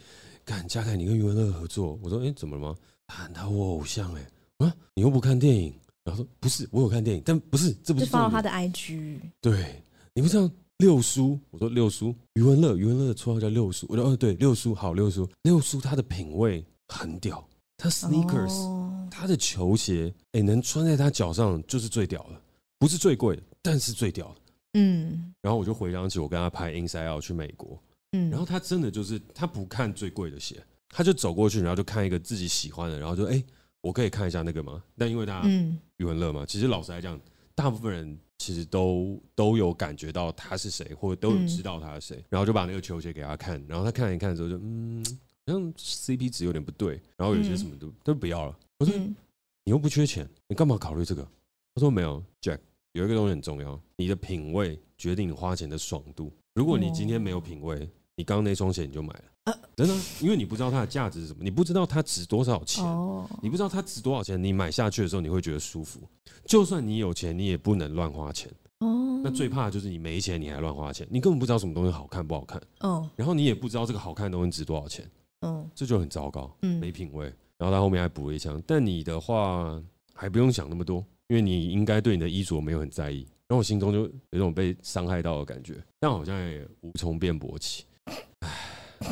干嘉凯，你跟余文乐合作，我说，哎、怎么了吗？喊他我偶像、哎，啊，你又不看电影？然后说不是，我有看电影，但不是，这不
就是 follow
重
他
点。
的 IG，
对，你不知道六叔？我说六叔，余文乐，余文乐的绰号叫六叔。我说，哦，对，六叔好，六叔，六叔他的品味很屌，他 sneakers，、
哦
他的球鞋，哎、能穿在他脚上就是最屌的，不是最贵的，但是最屌的。
嗯
然后我就回想起我跟他拍 Inside Out 去美国，
嗯，
然后他真的就是他不看最贵的鞋，他就走过去，然后就看一个自己喜欢的，然后就哎、我可以看一下那个吗？但因为他
嗯
余文乐嘛，其实老实来讲，大部分人其实都都有感觉到他是谁，或者都有
嗯
知道他是谁，然后就把那个球鞋给他看，然后他看了一看之后就嗯，好像 CP 值有点不对，然后有些
嗯
什么都、都不要了。我说
嗯
你又不缺钱，你干嘛考虑这个？他说没有，Jack，有一个东西很重要，你的品味决定你花钱的爽度。如果你今天没有品味，你刚刚那双鞋你就买了，
呃
真的啊，因为你不知道它的价值是什么，你不知道它值多少钱，
哦，
你不知道它值多少钱，你买下去的时候你会觉得舒服。就算你有钱，你也不能乱花钱。
哦，
那最怕的就是你没钱你还乱花钱，你根本不知道什么东西好看不好看，
哦
然后你也不知道这个好看的东西值多少钱，
哦
这就很糟糕。
嗯
没品味。然后他后面还补了一枪，但你的话还不用想那么多，因为你应该对你的衣着没有很在意。然后我心中就有种被伤害到的感觉，但好像也无从辩驳起。唉，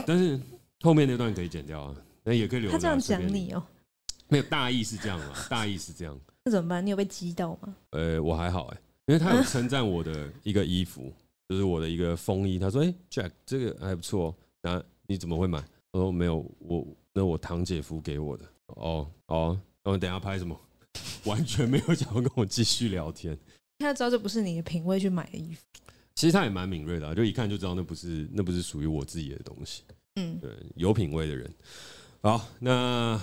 但是后面那段可以剪掉啊，那也可以留着
他
啊。
这样
随
讲
便
你，哦，
没有大意是这样啊，大意是这样。
那怎么办？你有被激到吗？
呃，我还好哎、因为他有称赞我的一个衣服，就是我的一个风衣。他说：“哎、j a c k 这个还不错哦，那你怎么会买？”我说：“没有，我那我堂姐夫给我的。”哦哦，那我等一下拍什么？ [LAUGHS] 完全没有想要跟我继续聊天。
他就知道这不是你的品味去买的衣服，
其实他也蛮敏锐的、啊，就一看就知道那不是那不是属于我自己的东西。
嗯
对，有品味的人。好，那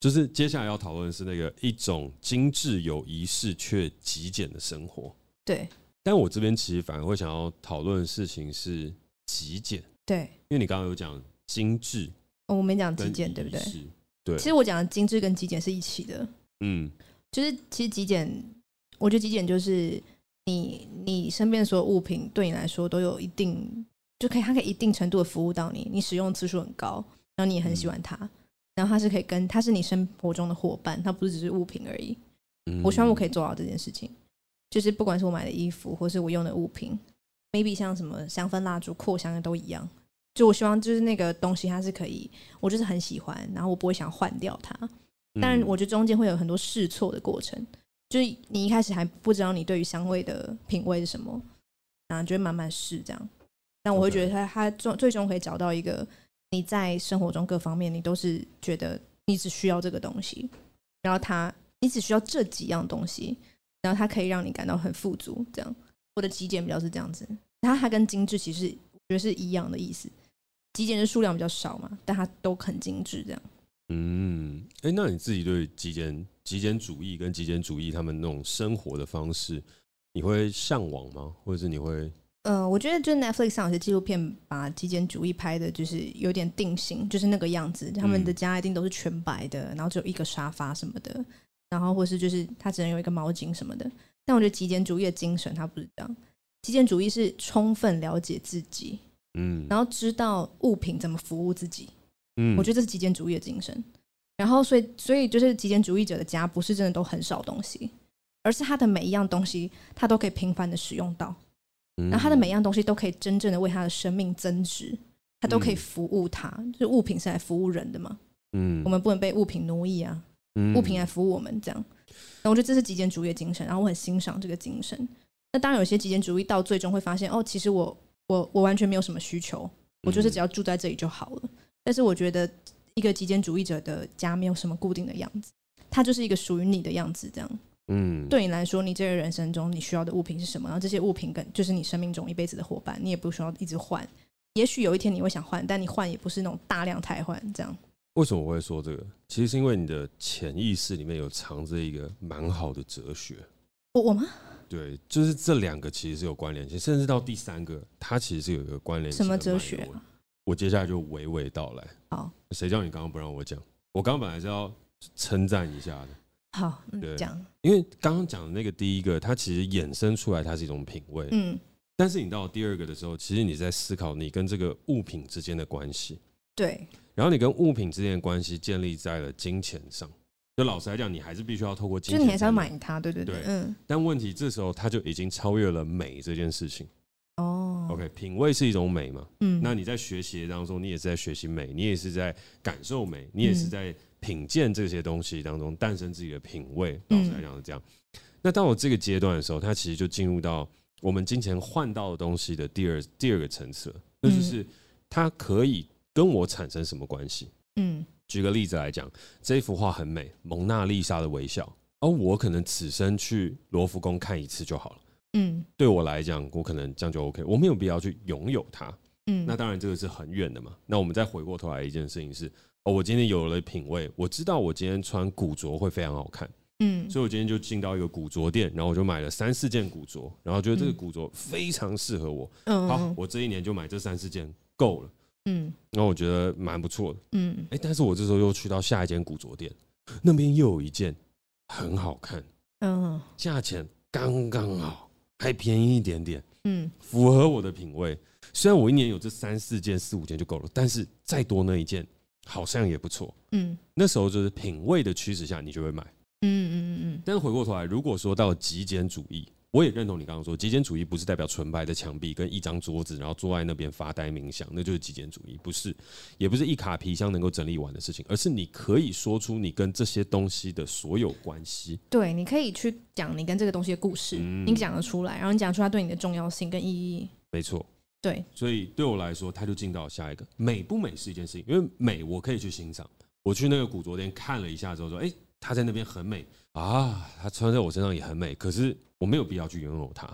就是接下来要讨论的是那个一种精致有仪式却极简的生活。
对
但我这边其实反而会想要讨论的事情是极简，
对，
因为你刚刚有讲精致
哦我没讲
跟
极简对不
仪
对？
式？对，
其实我讲的精致跟极简是一起的，
嗯
就是其实极简，我觉得极简就是你你身边所有物品对你来说都有一定，就可以它可以一定程度的服务到你，你使用次数很高，然后你也很喜欢它，然后它是可以跟它是你生活中的伙伴，它不是只是物品而已。
嗯
我希望我可以做到这件事情，就是不管是我买的衣服，或是我用的物品，maybe 像什么香氛蜡烛、扩香都一样。就我希望就是那个东西它是可以，我就是很喜欢，然后我不会想换掉它。
嗯，
但我觉得中间会有很多试错的过程，就是你一开始还不知道你对于香味的品味是什么，然后就会慢慢试这样。但我会
OK
觉得它它最最终可以找到一个你在生活中各方面你都是觉得你只需要这个东西，然后它你只需要这几样东西，然后它可以让你感到很富足。这样，我的极简比较是这样子，它它跟精致其实我觉得是一样的意思。极简的数量比较少嘛，但它都很精致，这样。
嗯，哎、那你自己对极简、极简主义跟极简主义他们那种生活的方式，你会向往吗？或者是你会
呃，我觉得就是 Netflix 上有些纪录片把极简主义拍的，就是有点定型，就是那个样子。他们的家一定都是全白的，然后只有一个沙发什么的，然后或是就是他只能有一个毛巾什么的。但我觉得极简主义的精神它不是这样，极简主义是充分了解自己，
嗯
然后知道物品怎么服务自己。
嗯
我觉得这是极简主义的精神。然后，所以，所以就是极简主义者的家不是真的都很少东西，而是他的每一样东西他都可以频繁的使用到，
得
然后他的每一样东西都可以真正的为他的生命增值，他都可以
嗯
服务他。就是物品是来服务人的嘛，
嗯
我们不能被物品奴役啊，
们
物品来服务我们这样。然后我觉得这是极简主义的精神，然后我很欣赏这个精神。那当然，有些极简主义到最终会发现，哦，其实我我我完全没有什么需求，我
嗯
就是只要住在这里就好了。但是我觉得一个极简主义者的家没有什么固定的样子，它就是一个属于你的样子。这样
嗯，
对你来说，你这个人生中你需要的物品是什么？然后这些物品跟就是你生命中一辈子的伙伴，你也不需要一直换。也许有一天你会想换，但你换也不是那种大量汰换这样。
为什么我会说这个？其实是因为你的潜意识里面有藏着一个蛮好的哲学。
我我吗？
对，就是这两个其实是有关联性，甚至到第三个，它其实是有一个关联性
什么
的脉络。
哲学啊？
我接下来就娓娓道来。
好，
谁叫你刚刚不让我讲？我刚刚本来是要称赞一下的，
好，嗯
对，
这样，
因为刚刚讲的那个第一个，它其实衍生出来，它是一种品味。
嗯，
但是你到第二个的时候，其实你在思考你跟这个物品之间的关系。
对，
然后你跟物品之间的关系建立在了金钱上。就老实来讲，你还是必须要透过金
就
钱，
你还是要。买它，对对对，
对
嗯，
但问题这时候它就已经超越了美这件事情。
哦
OK，品味是一种美嘛？
嗯，
那你在学习当中，你也是在学习美，你也是在感受美，你也是在品鉴这些东西当中诞生自己的品味。老
嗯
实来讲是这样。那到我这个阶段的时候，它其实就进入到我们金钱换到的东西的第二第二个层次了，那就是它可以跟我产生什么关系。
嗯，
举个例子来讲，这一幅画很美，《蒙娜丽莎的微笑》，而我可能此生去罗浮宫看一次就好了。
嗯
对我来讲，我可能这样就 OK，我没有必要去拥有它。
嗯，
那当然，这个是很远的嘛。那我们再回过头来，一件事情是，哦，我今天有了品味，我知道我今天穿古着会非常好看，
嗯，
所以我今天就进到一个古着店，然后我就买了三四件古着，然后觉得这个古着非常适合我。
嗯，
好，我这一年就买这三四件够了，
嗯
然后我觉得蛮不错的。
嗯
哎、但是我这时候又去到下一间古着店，那边又有一件很好看，
嗯
价钱刚刚好，还便宜一点点，
嗯
符合我的品味。虽然我一年有这三四件、四五件就够了，但是再多那一件好像也不错。
嗯
那时候就是品味的驱使下，你就会买。
嗯嗯嗯
但是回过头来，如果说到极简主义，我也认同你刚刚说，极简主义不是代表纯白的墙壁跟一张桌子，然后坐在那边发呆冥想，那就是极简主义，不是，也不是一卡皮箱能够整理完的事情，而是你可以说出你跟这些东西的所有关系。
对，你可以去讲你跟这个东西的故事，
嗯
你讲得出来，然后你讲出它对你的重要性跟意义，
没错，
对，
所以对我来说，它就进到下一个美不美是一件事情，因为美我可以去欣赏。我去那个古着店看了一下之后说，哎、它在那边很美啊，它穿在我身上也很美，可是我没有必要去拥有它。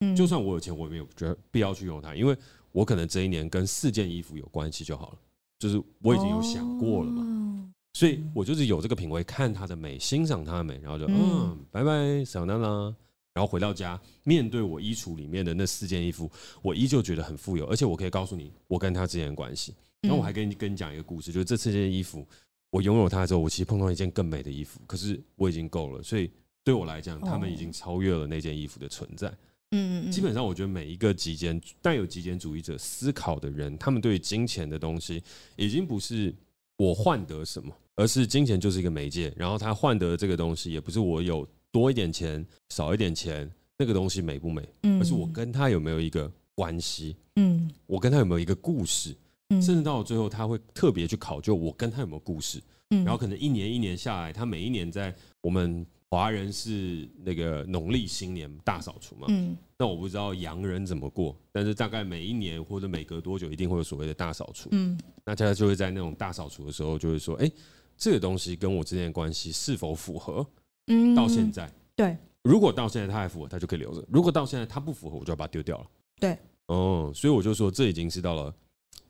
嗯，
就算我有钱，我也没有觉得必要去用它，因为我可能这一年跟四件衣服有关系就好了。就是我已经有想过了嘛，
嘛，
所以我就是有这个品味，看它的美，欣赏它的美，然后就
嗯
嗯，拜拜，小娜娜。然后回到家，面对我衣橱里面的那四件衣服，我依旧觉得很富有，而且我可以告诉你，我跟他之间的关系。
嗯
然后我还跟你跟你讲一个故事，就是这四件衣服，我拥有它之后，我其实碰到一件更美的衣服，可是我已经够了，所以对我来讲，他们已经超越了那件衣服的存在。
嗯嗯嗯，
基本上，我觉得每一个极简带有极简主义者思考的人，他们对于金钱的东西，已经不是我换得什么，而是金钱就是一个媒介，然后他换得这个东西，也不是我有多一点钱、少一点钱，那个东西美不美，
嗯，
而是我跟他有没有一个关系，
嗯
我跟他有没有一个故事，
嗯，
甚至到最后，他会特别去考究我跟他有没有故事。
嗯
然后可能一年一年下来，他每一年在我们华人是那个农历新年大扫除嘛，
嗯
那我不知道洋人怎么过，但是大概每一年或者每隔多久一定会有所谓的大扫除。
嗯
那大家就会在那种大扫除的时候，就会说：“哎、这个东西跟我之间的关系是否符合？”
嗯，
到现在，
对，
如果到现在它还符合，它就可以留着；如果到现在它不符合，我就要把它丢掉了。
对，
哦，所以我就说，这已经是到了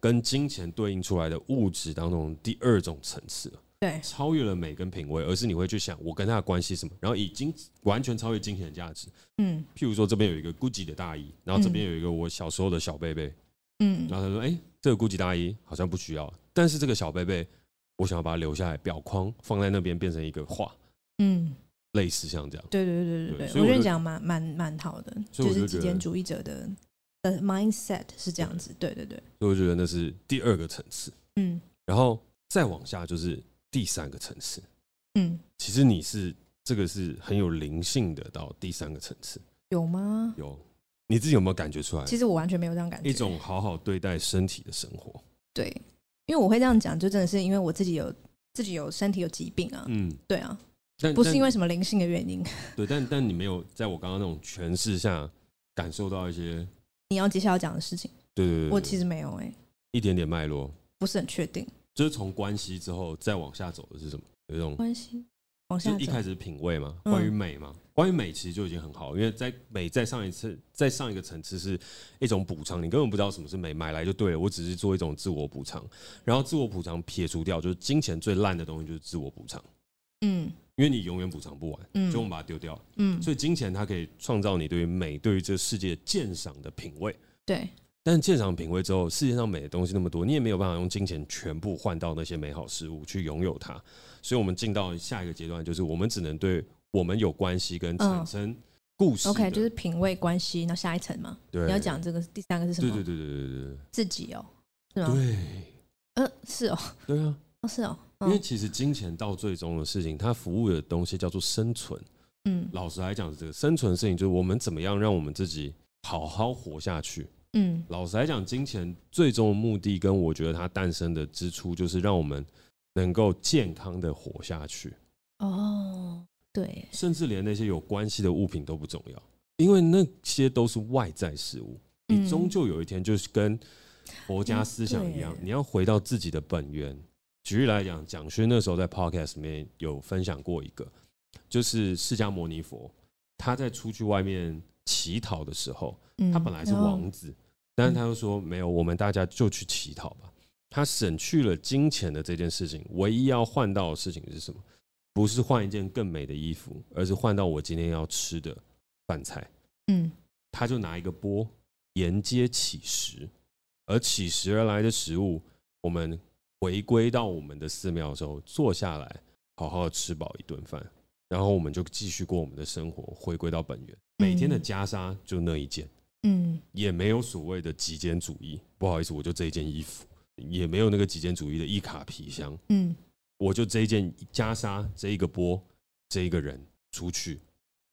跟金钱对应出来的物质当中第二种层次了。
对
超越了美跟品味，而是你会去想我跟他的关系是什么，然后已经完全超越金钱的价值。
嗯
譬如说这边有一个 GUCCI 的大衣，然后这边有一个我小时候的小贝贝，
嗯
然后他说：“哎、这个 GUCCI 大衣好像不需要，但是这个小贝贝，我想要把它留下来，表框放在那边变成一个画，
嗯，
类似像这样。
对对对对
对
对，
所以
我
我
觉得
就
你讲蛮蛮蛮好的，
所以
就
我就是觉
极
得
简主义者的的 mindset 是这样子，对对对，”
所以我觉得那是第二个层次，
嗯
然后再往下就是第三个层次。
嗯，
其实你是这个是很有灵性的，到第三个层次
有吗？
有你自己有没有感觉出来？
其实我完全没有这样感觉，
一种好好对待身体的生活。
对，因为我会这样讲，就真的是因为我自己有自己有身体有疾病啊，
嗯，
对啊，
但
不是因
为
为什么灵性的原因。
对，但但你没有在我刚刚那种诠释下感受到一些
你要接下来要讲的事情，
对对对对，
我其
实
实没有哎、
一点点脉络，
不是很确定
就是从关系之后再往下走的是什么？有一种
关系。往
就
下
是一
走
开，始品味嘛，
嗯
关于美嘛，关于美其实就已经很好，因为在美在上一次在上一个层次是一种补偿，你根本不知道什么是美，买来就对了，我只是做一种自我补偿，然后自我补偿撇除掉，就是金钱最烂的东西就是自我补偿，
嗯
因为你永远补偿不完，
嗯
所以我们把它丢掉。
嗯，
所以金钱它可以创造你对于美、对于这个世界鉴赏的品味，
对，
但鉴赏品味之后，世界上美的东西那么多，你也没有办法用金钱全部换到那些美好事物去拥有它。所以，我们进到下一个阶段，就是我们只能对我们有关系跟产生故事
嗯
的、
OK，就是品味关系，那下一层嘛，
对
你要讲这个第三个是什
对
么？
对对对对对对
自己哦，是吗？
对啊
呃，是哦， [LAUGHS]
对啊！
哦是哦，
因为
嗯
其实金钱到最终的事情，它服务的东西叫做生存。
嗯
老实来讲，这个生存的事情就是我们怎么样让我们自己好好活下去。
嗯
老实来讲，金钱最终的目的跟我觉得它诞生的支出，就是让我们能够健康的活下去，
哦，对，
甚至连那些有关系的物品都不重要，因为那些都是外在事物。你
嗯
终究有一天就是跟佛家思想一样
嗯，对
你要回到自己的本源。举例来讲，蒋勋那时候在 podcast 里面有分享过一个，就是释迦牟尼佛，他在出去外面乞讨的时候，
嗯
他本来是王，子，但是他又说没有，我们大家就去乞讨吧。他省去了金钱的这件事情，唯一要换到的事情是什么？不是换一件更美的衣服，而是换到我今天要吃的饭菜。
嗯
他就拿一个钵沿街乞食，而乞食而来的食物，我们回归到我们的寺庙的时候，坐下来好好吃饱一顿饭，然后我们就继续过我们的生活，回归到本源。每天的袈裟就那一件。
嗯
也没有所谓的极简主义。不好意思，我就这一件衣服，也没有那个极简主义的一卡皮箱，
嗯
我就这一件袈裟，这一个钵，这一个人出去，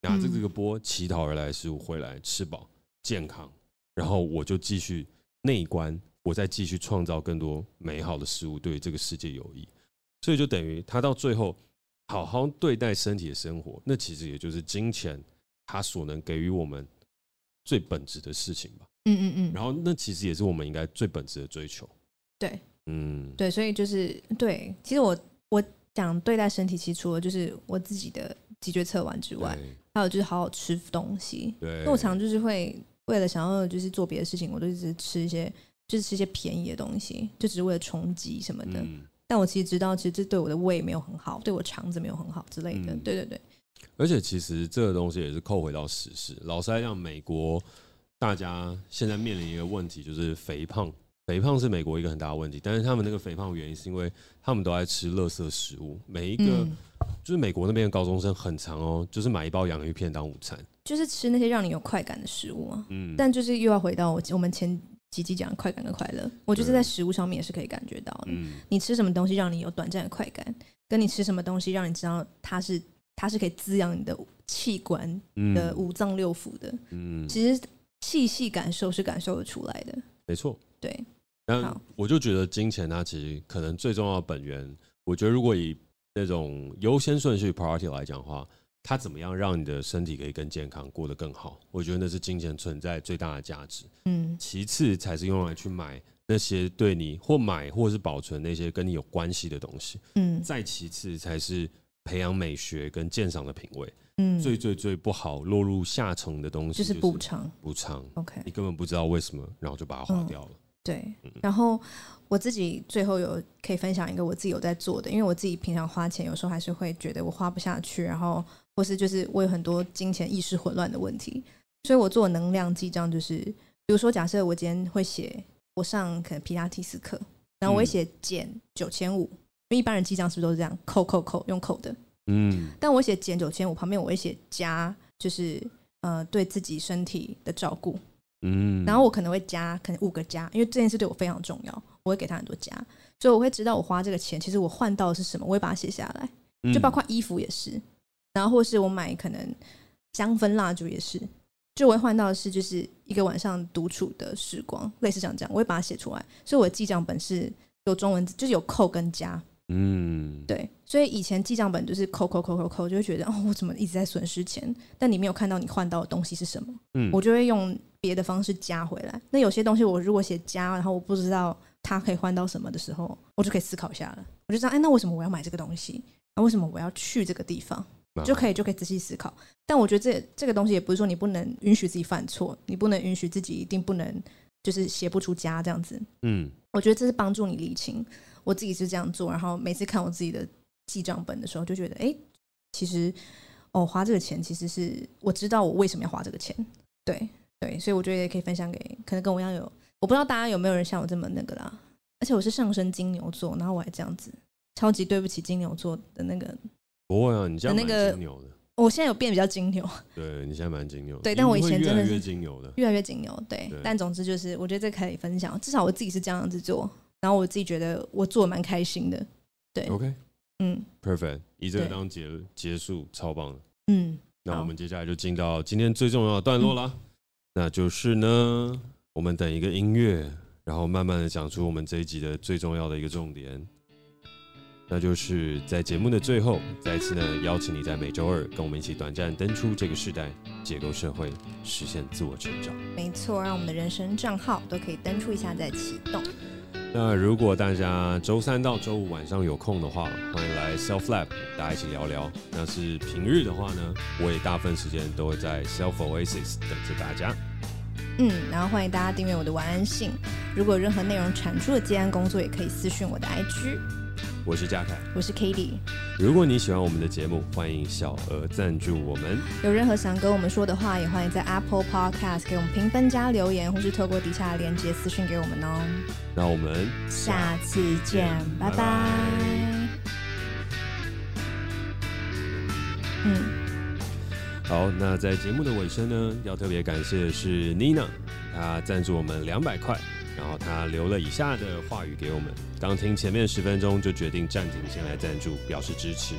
拿着这个钵乞讨而来的食物回来，吃饱健康，然后我就继续内观，我再继续创造更多美好的事物，对这个世界有益。所以就等于他到最后好好对待身体的生活，那其实也就是金钱它所能给予我们最本质的事情吧。
嗯嗯嗯，
然后那其实也是我们应该最本质的追求。
对，
嗯，
对，所以就是对，其实我我讲对待身体，其实除了就是我自己的脊椎侧弯之外，
对，
还有就是好好吃东西。
对
因为我常就是会为了想要就是做别的事情，我都一直吃一些就是吃一些便宜的东西，就只是为了充饥什么的。
嗯，
但我其实知道，其实这对我的胃没有很好，对我肠子没有很好之类的。
嗯
对对对，
而且其实这个东西也是扣回到时事。老实来讲，美国大家现在面临一个问题，就是肥胖。肥胖是美国一个很大的问题，但是他们那个肥胖的原因是因为他们都爱吃垃圾食物。每一个、
嗯，
就是美国那边的高中生很长哦，就是买一包洋芋片当午餐。
就是吃那些让你有快感的食物啊。
嗯，
但就是又要回到我我们前几集讲的快感跟快乐，我就是
对
在食物上面也是可以感觉到的。
嗯，
你吃什么东西让你有短暂的快感，跟你吃什么东西让你知道它是它是可以滋养你的器官
嗯
的五脏六腑的，
嗯，
其实细细感受是感受得出来的。
没错。
对，
但
好
我就觉得金钱它其实可能最重要的本源，我觉得如果以那种优先顺序 priority 来讲的话，它怎么样让你的身体可以更健康，过得更好？我觉得那是金钱存在最大的价值。
嗯
其次才是用来去买那些对你或买或是保存那些跟你有关系的东西，
嗯
再其次才是培养美学跟鉴赏的品味。
嗯，
最最最不好落入下层的东西
就是补偿。嗯
补偿，
OK，
你根本不知道为什么，然后就把它花掉了。
对，然后我自己最后有可以分享一个我自己有在做的，因为我自己平常花钱有时候还是会觉得我花不下去，然后或是就是我有很多金钱意识混乱的问题，所以我做能量记账就是，比如说假设我今天会写我上可能皮拉提斯课，然后我会写减九千五，因为一般人记账是不是都是这样扣扣扣用扣的，
嗯，
但我写减九千五旁边我会写加，就是呃对自己身体的照顾，
嗯，
然后我可能会加，可能五个加，因为这件事对我非常重要，我会给他很多加，所以我会知道我花这个钱，其实我换到的是什么，我会把它写下来，就
嗯
包括衣服也是，然后或是我买可能香氛蜡烛也是，就我会换到的是就是一个晚上独处的时光，类似像这样，我会把它写出来，所以我的记账本是有中文字，就是有扣跟加，
嗯，嗯，
对，所以以前记账本就是扣扣扣扣扣，就会觉得哦，我怎么一直在损失钱，但你没有看到你换到的东西是什么。
嗯
我就会用别的方式加回来。那有些东西我如果写加，然后我不知道它可以换到什么的时候，我就可以思考一下了。我就知道，哎，那为什么我要买这个东西？那、为什么我要去这个地方？就可以就可以仔细思考。但我觉得这这个东西也不是说你不能允许自己犯错，你不能允许自己一定不能就是写不出加这样子。
嗯，
我觉得这是帮助你理清。我自己是这样做，然后每次看我自己的记账本的时候，就觉得，哎、其实哦，花这个钱其实是我知道我为什么要花这个钱，对对，所以我觉得也可以分享给可能跟我一样有，我不知道大家有没有人像我这么那个啦，而且我是上升金牛座，然后我还这样子，超级对不起金牛座的那个，
不会啊，你这样
那
蛮
个
金牛的，
我现在有变比较金牛，
对你现在蛮金牛的，
对
你
但我以
会
前
越
真的
来
是
越金牛的，
越来越紧牛，对。
对
但总之就是，我觉得这可以分享，至少我自己是这样子做，然后我自己觉得我做得蛮开心的，对，
OK
嗯
perfect，以这个
对
当结结束，超棒的。
嗯，
那
好
我们接下来就进到今天最重要的段落啦，那就是呢，我们等一个音乐，然后慢慢的讲出我们这一集的最重要的一个重点，那就是在节目的最后，再一次呢邀请你在每周二跟我们一起短暂登出这个时代，解构社会，实现自我成长。
没错，让我们的人生账号都可以登出一下再启动。
那如果大家周三到周五晚上有空的话，欢迎来 Self Lab，大家一起聊聊。那是平日的话呢，我也大部分时间都会在 Self Oasis 等着大家。
嗯，然后欢迎大家订阅我的晚安信。如果有任何内容产出的接案工作，也可以私讯我的 IG。
我是嘉凯，
我是 k a t i e
如果你喜欢我们的节目，欢迎小额赞助我们。
有任何想跟我们说的话，也欢迎在 Apple Podcast 给我们评分加留言，或是透过底下的链接私讯给我们哦。
那我们
下次见，拜
拜
拜。
拜
嗯。
好，那在节目的尾声呢，要特别感谢的是 Nina，她赞助我们两百块，然后她留了以下的话语给我们。刚听前面十分钟就决定暂停，先来赞助，表示支持。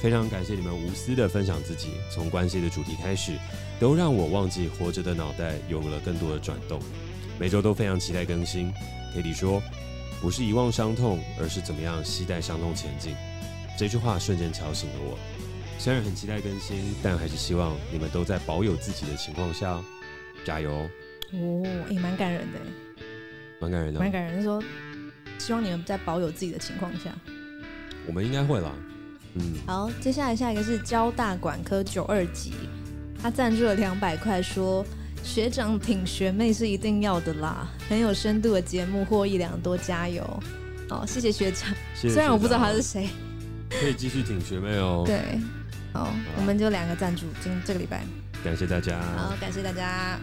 非常感谢你们无私的分享自己，从关系的主题开始，都让我忘记活着的脑袋有了更多的转动。每周都非常期待更新。k a 说，不是遗忘伤痛，而是怎么样期待伤痛前进。这句话瞬间敲醒了我。虽然很期待更新，但还是希望你们都在保有自己的情况下，加油哦！
哦，也、蛮感人的，
蛮感人的哦
蛮，感人的。说希望你们在保有自己的情况下。
我们应该会啦。嗯，
好，接下来下一个是交大管科九二级，他赞助了两百块，说学长挺学妹是一定要的啦，很有深度的节目，获益良多，加油！哦，谢谢学长，
谢谢
虽然我
学
不知道
长
他是谁，
可以继续挺学妹哦。，
对，哦好，我们就两个赞助，今这个礼拜，
感谢大家。
好，感谢大家。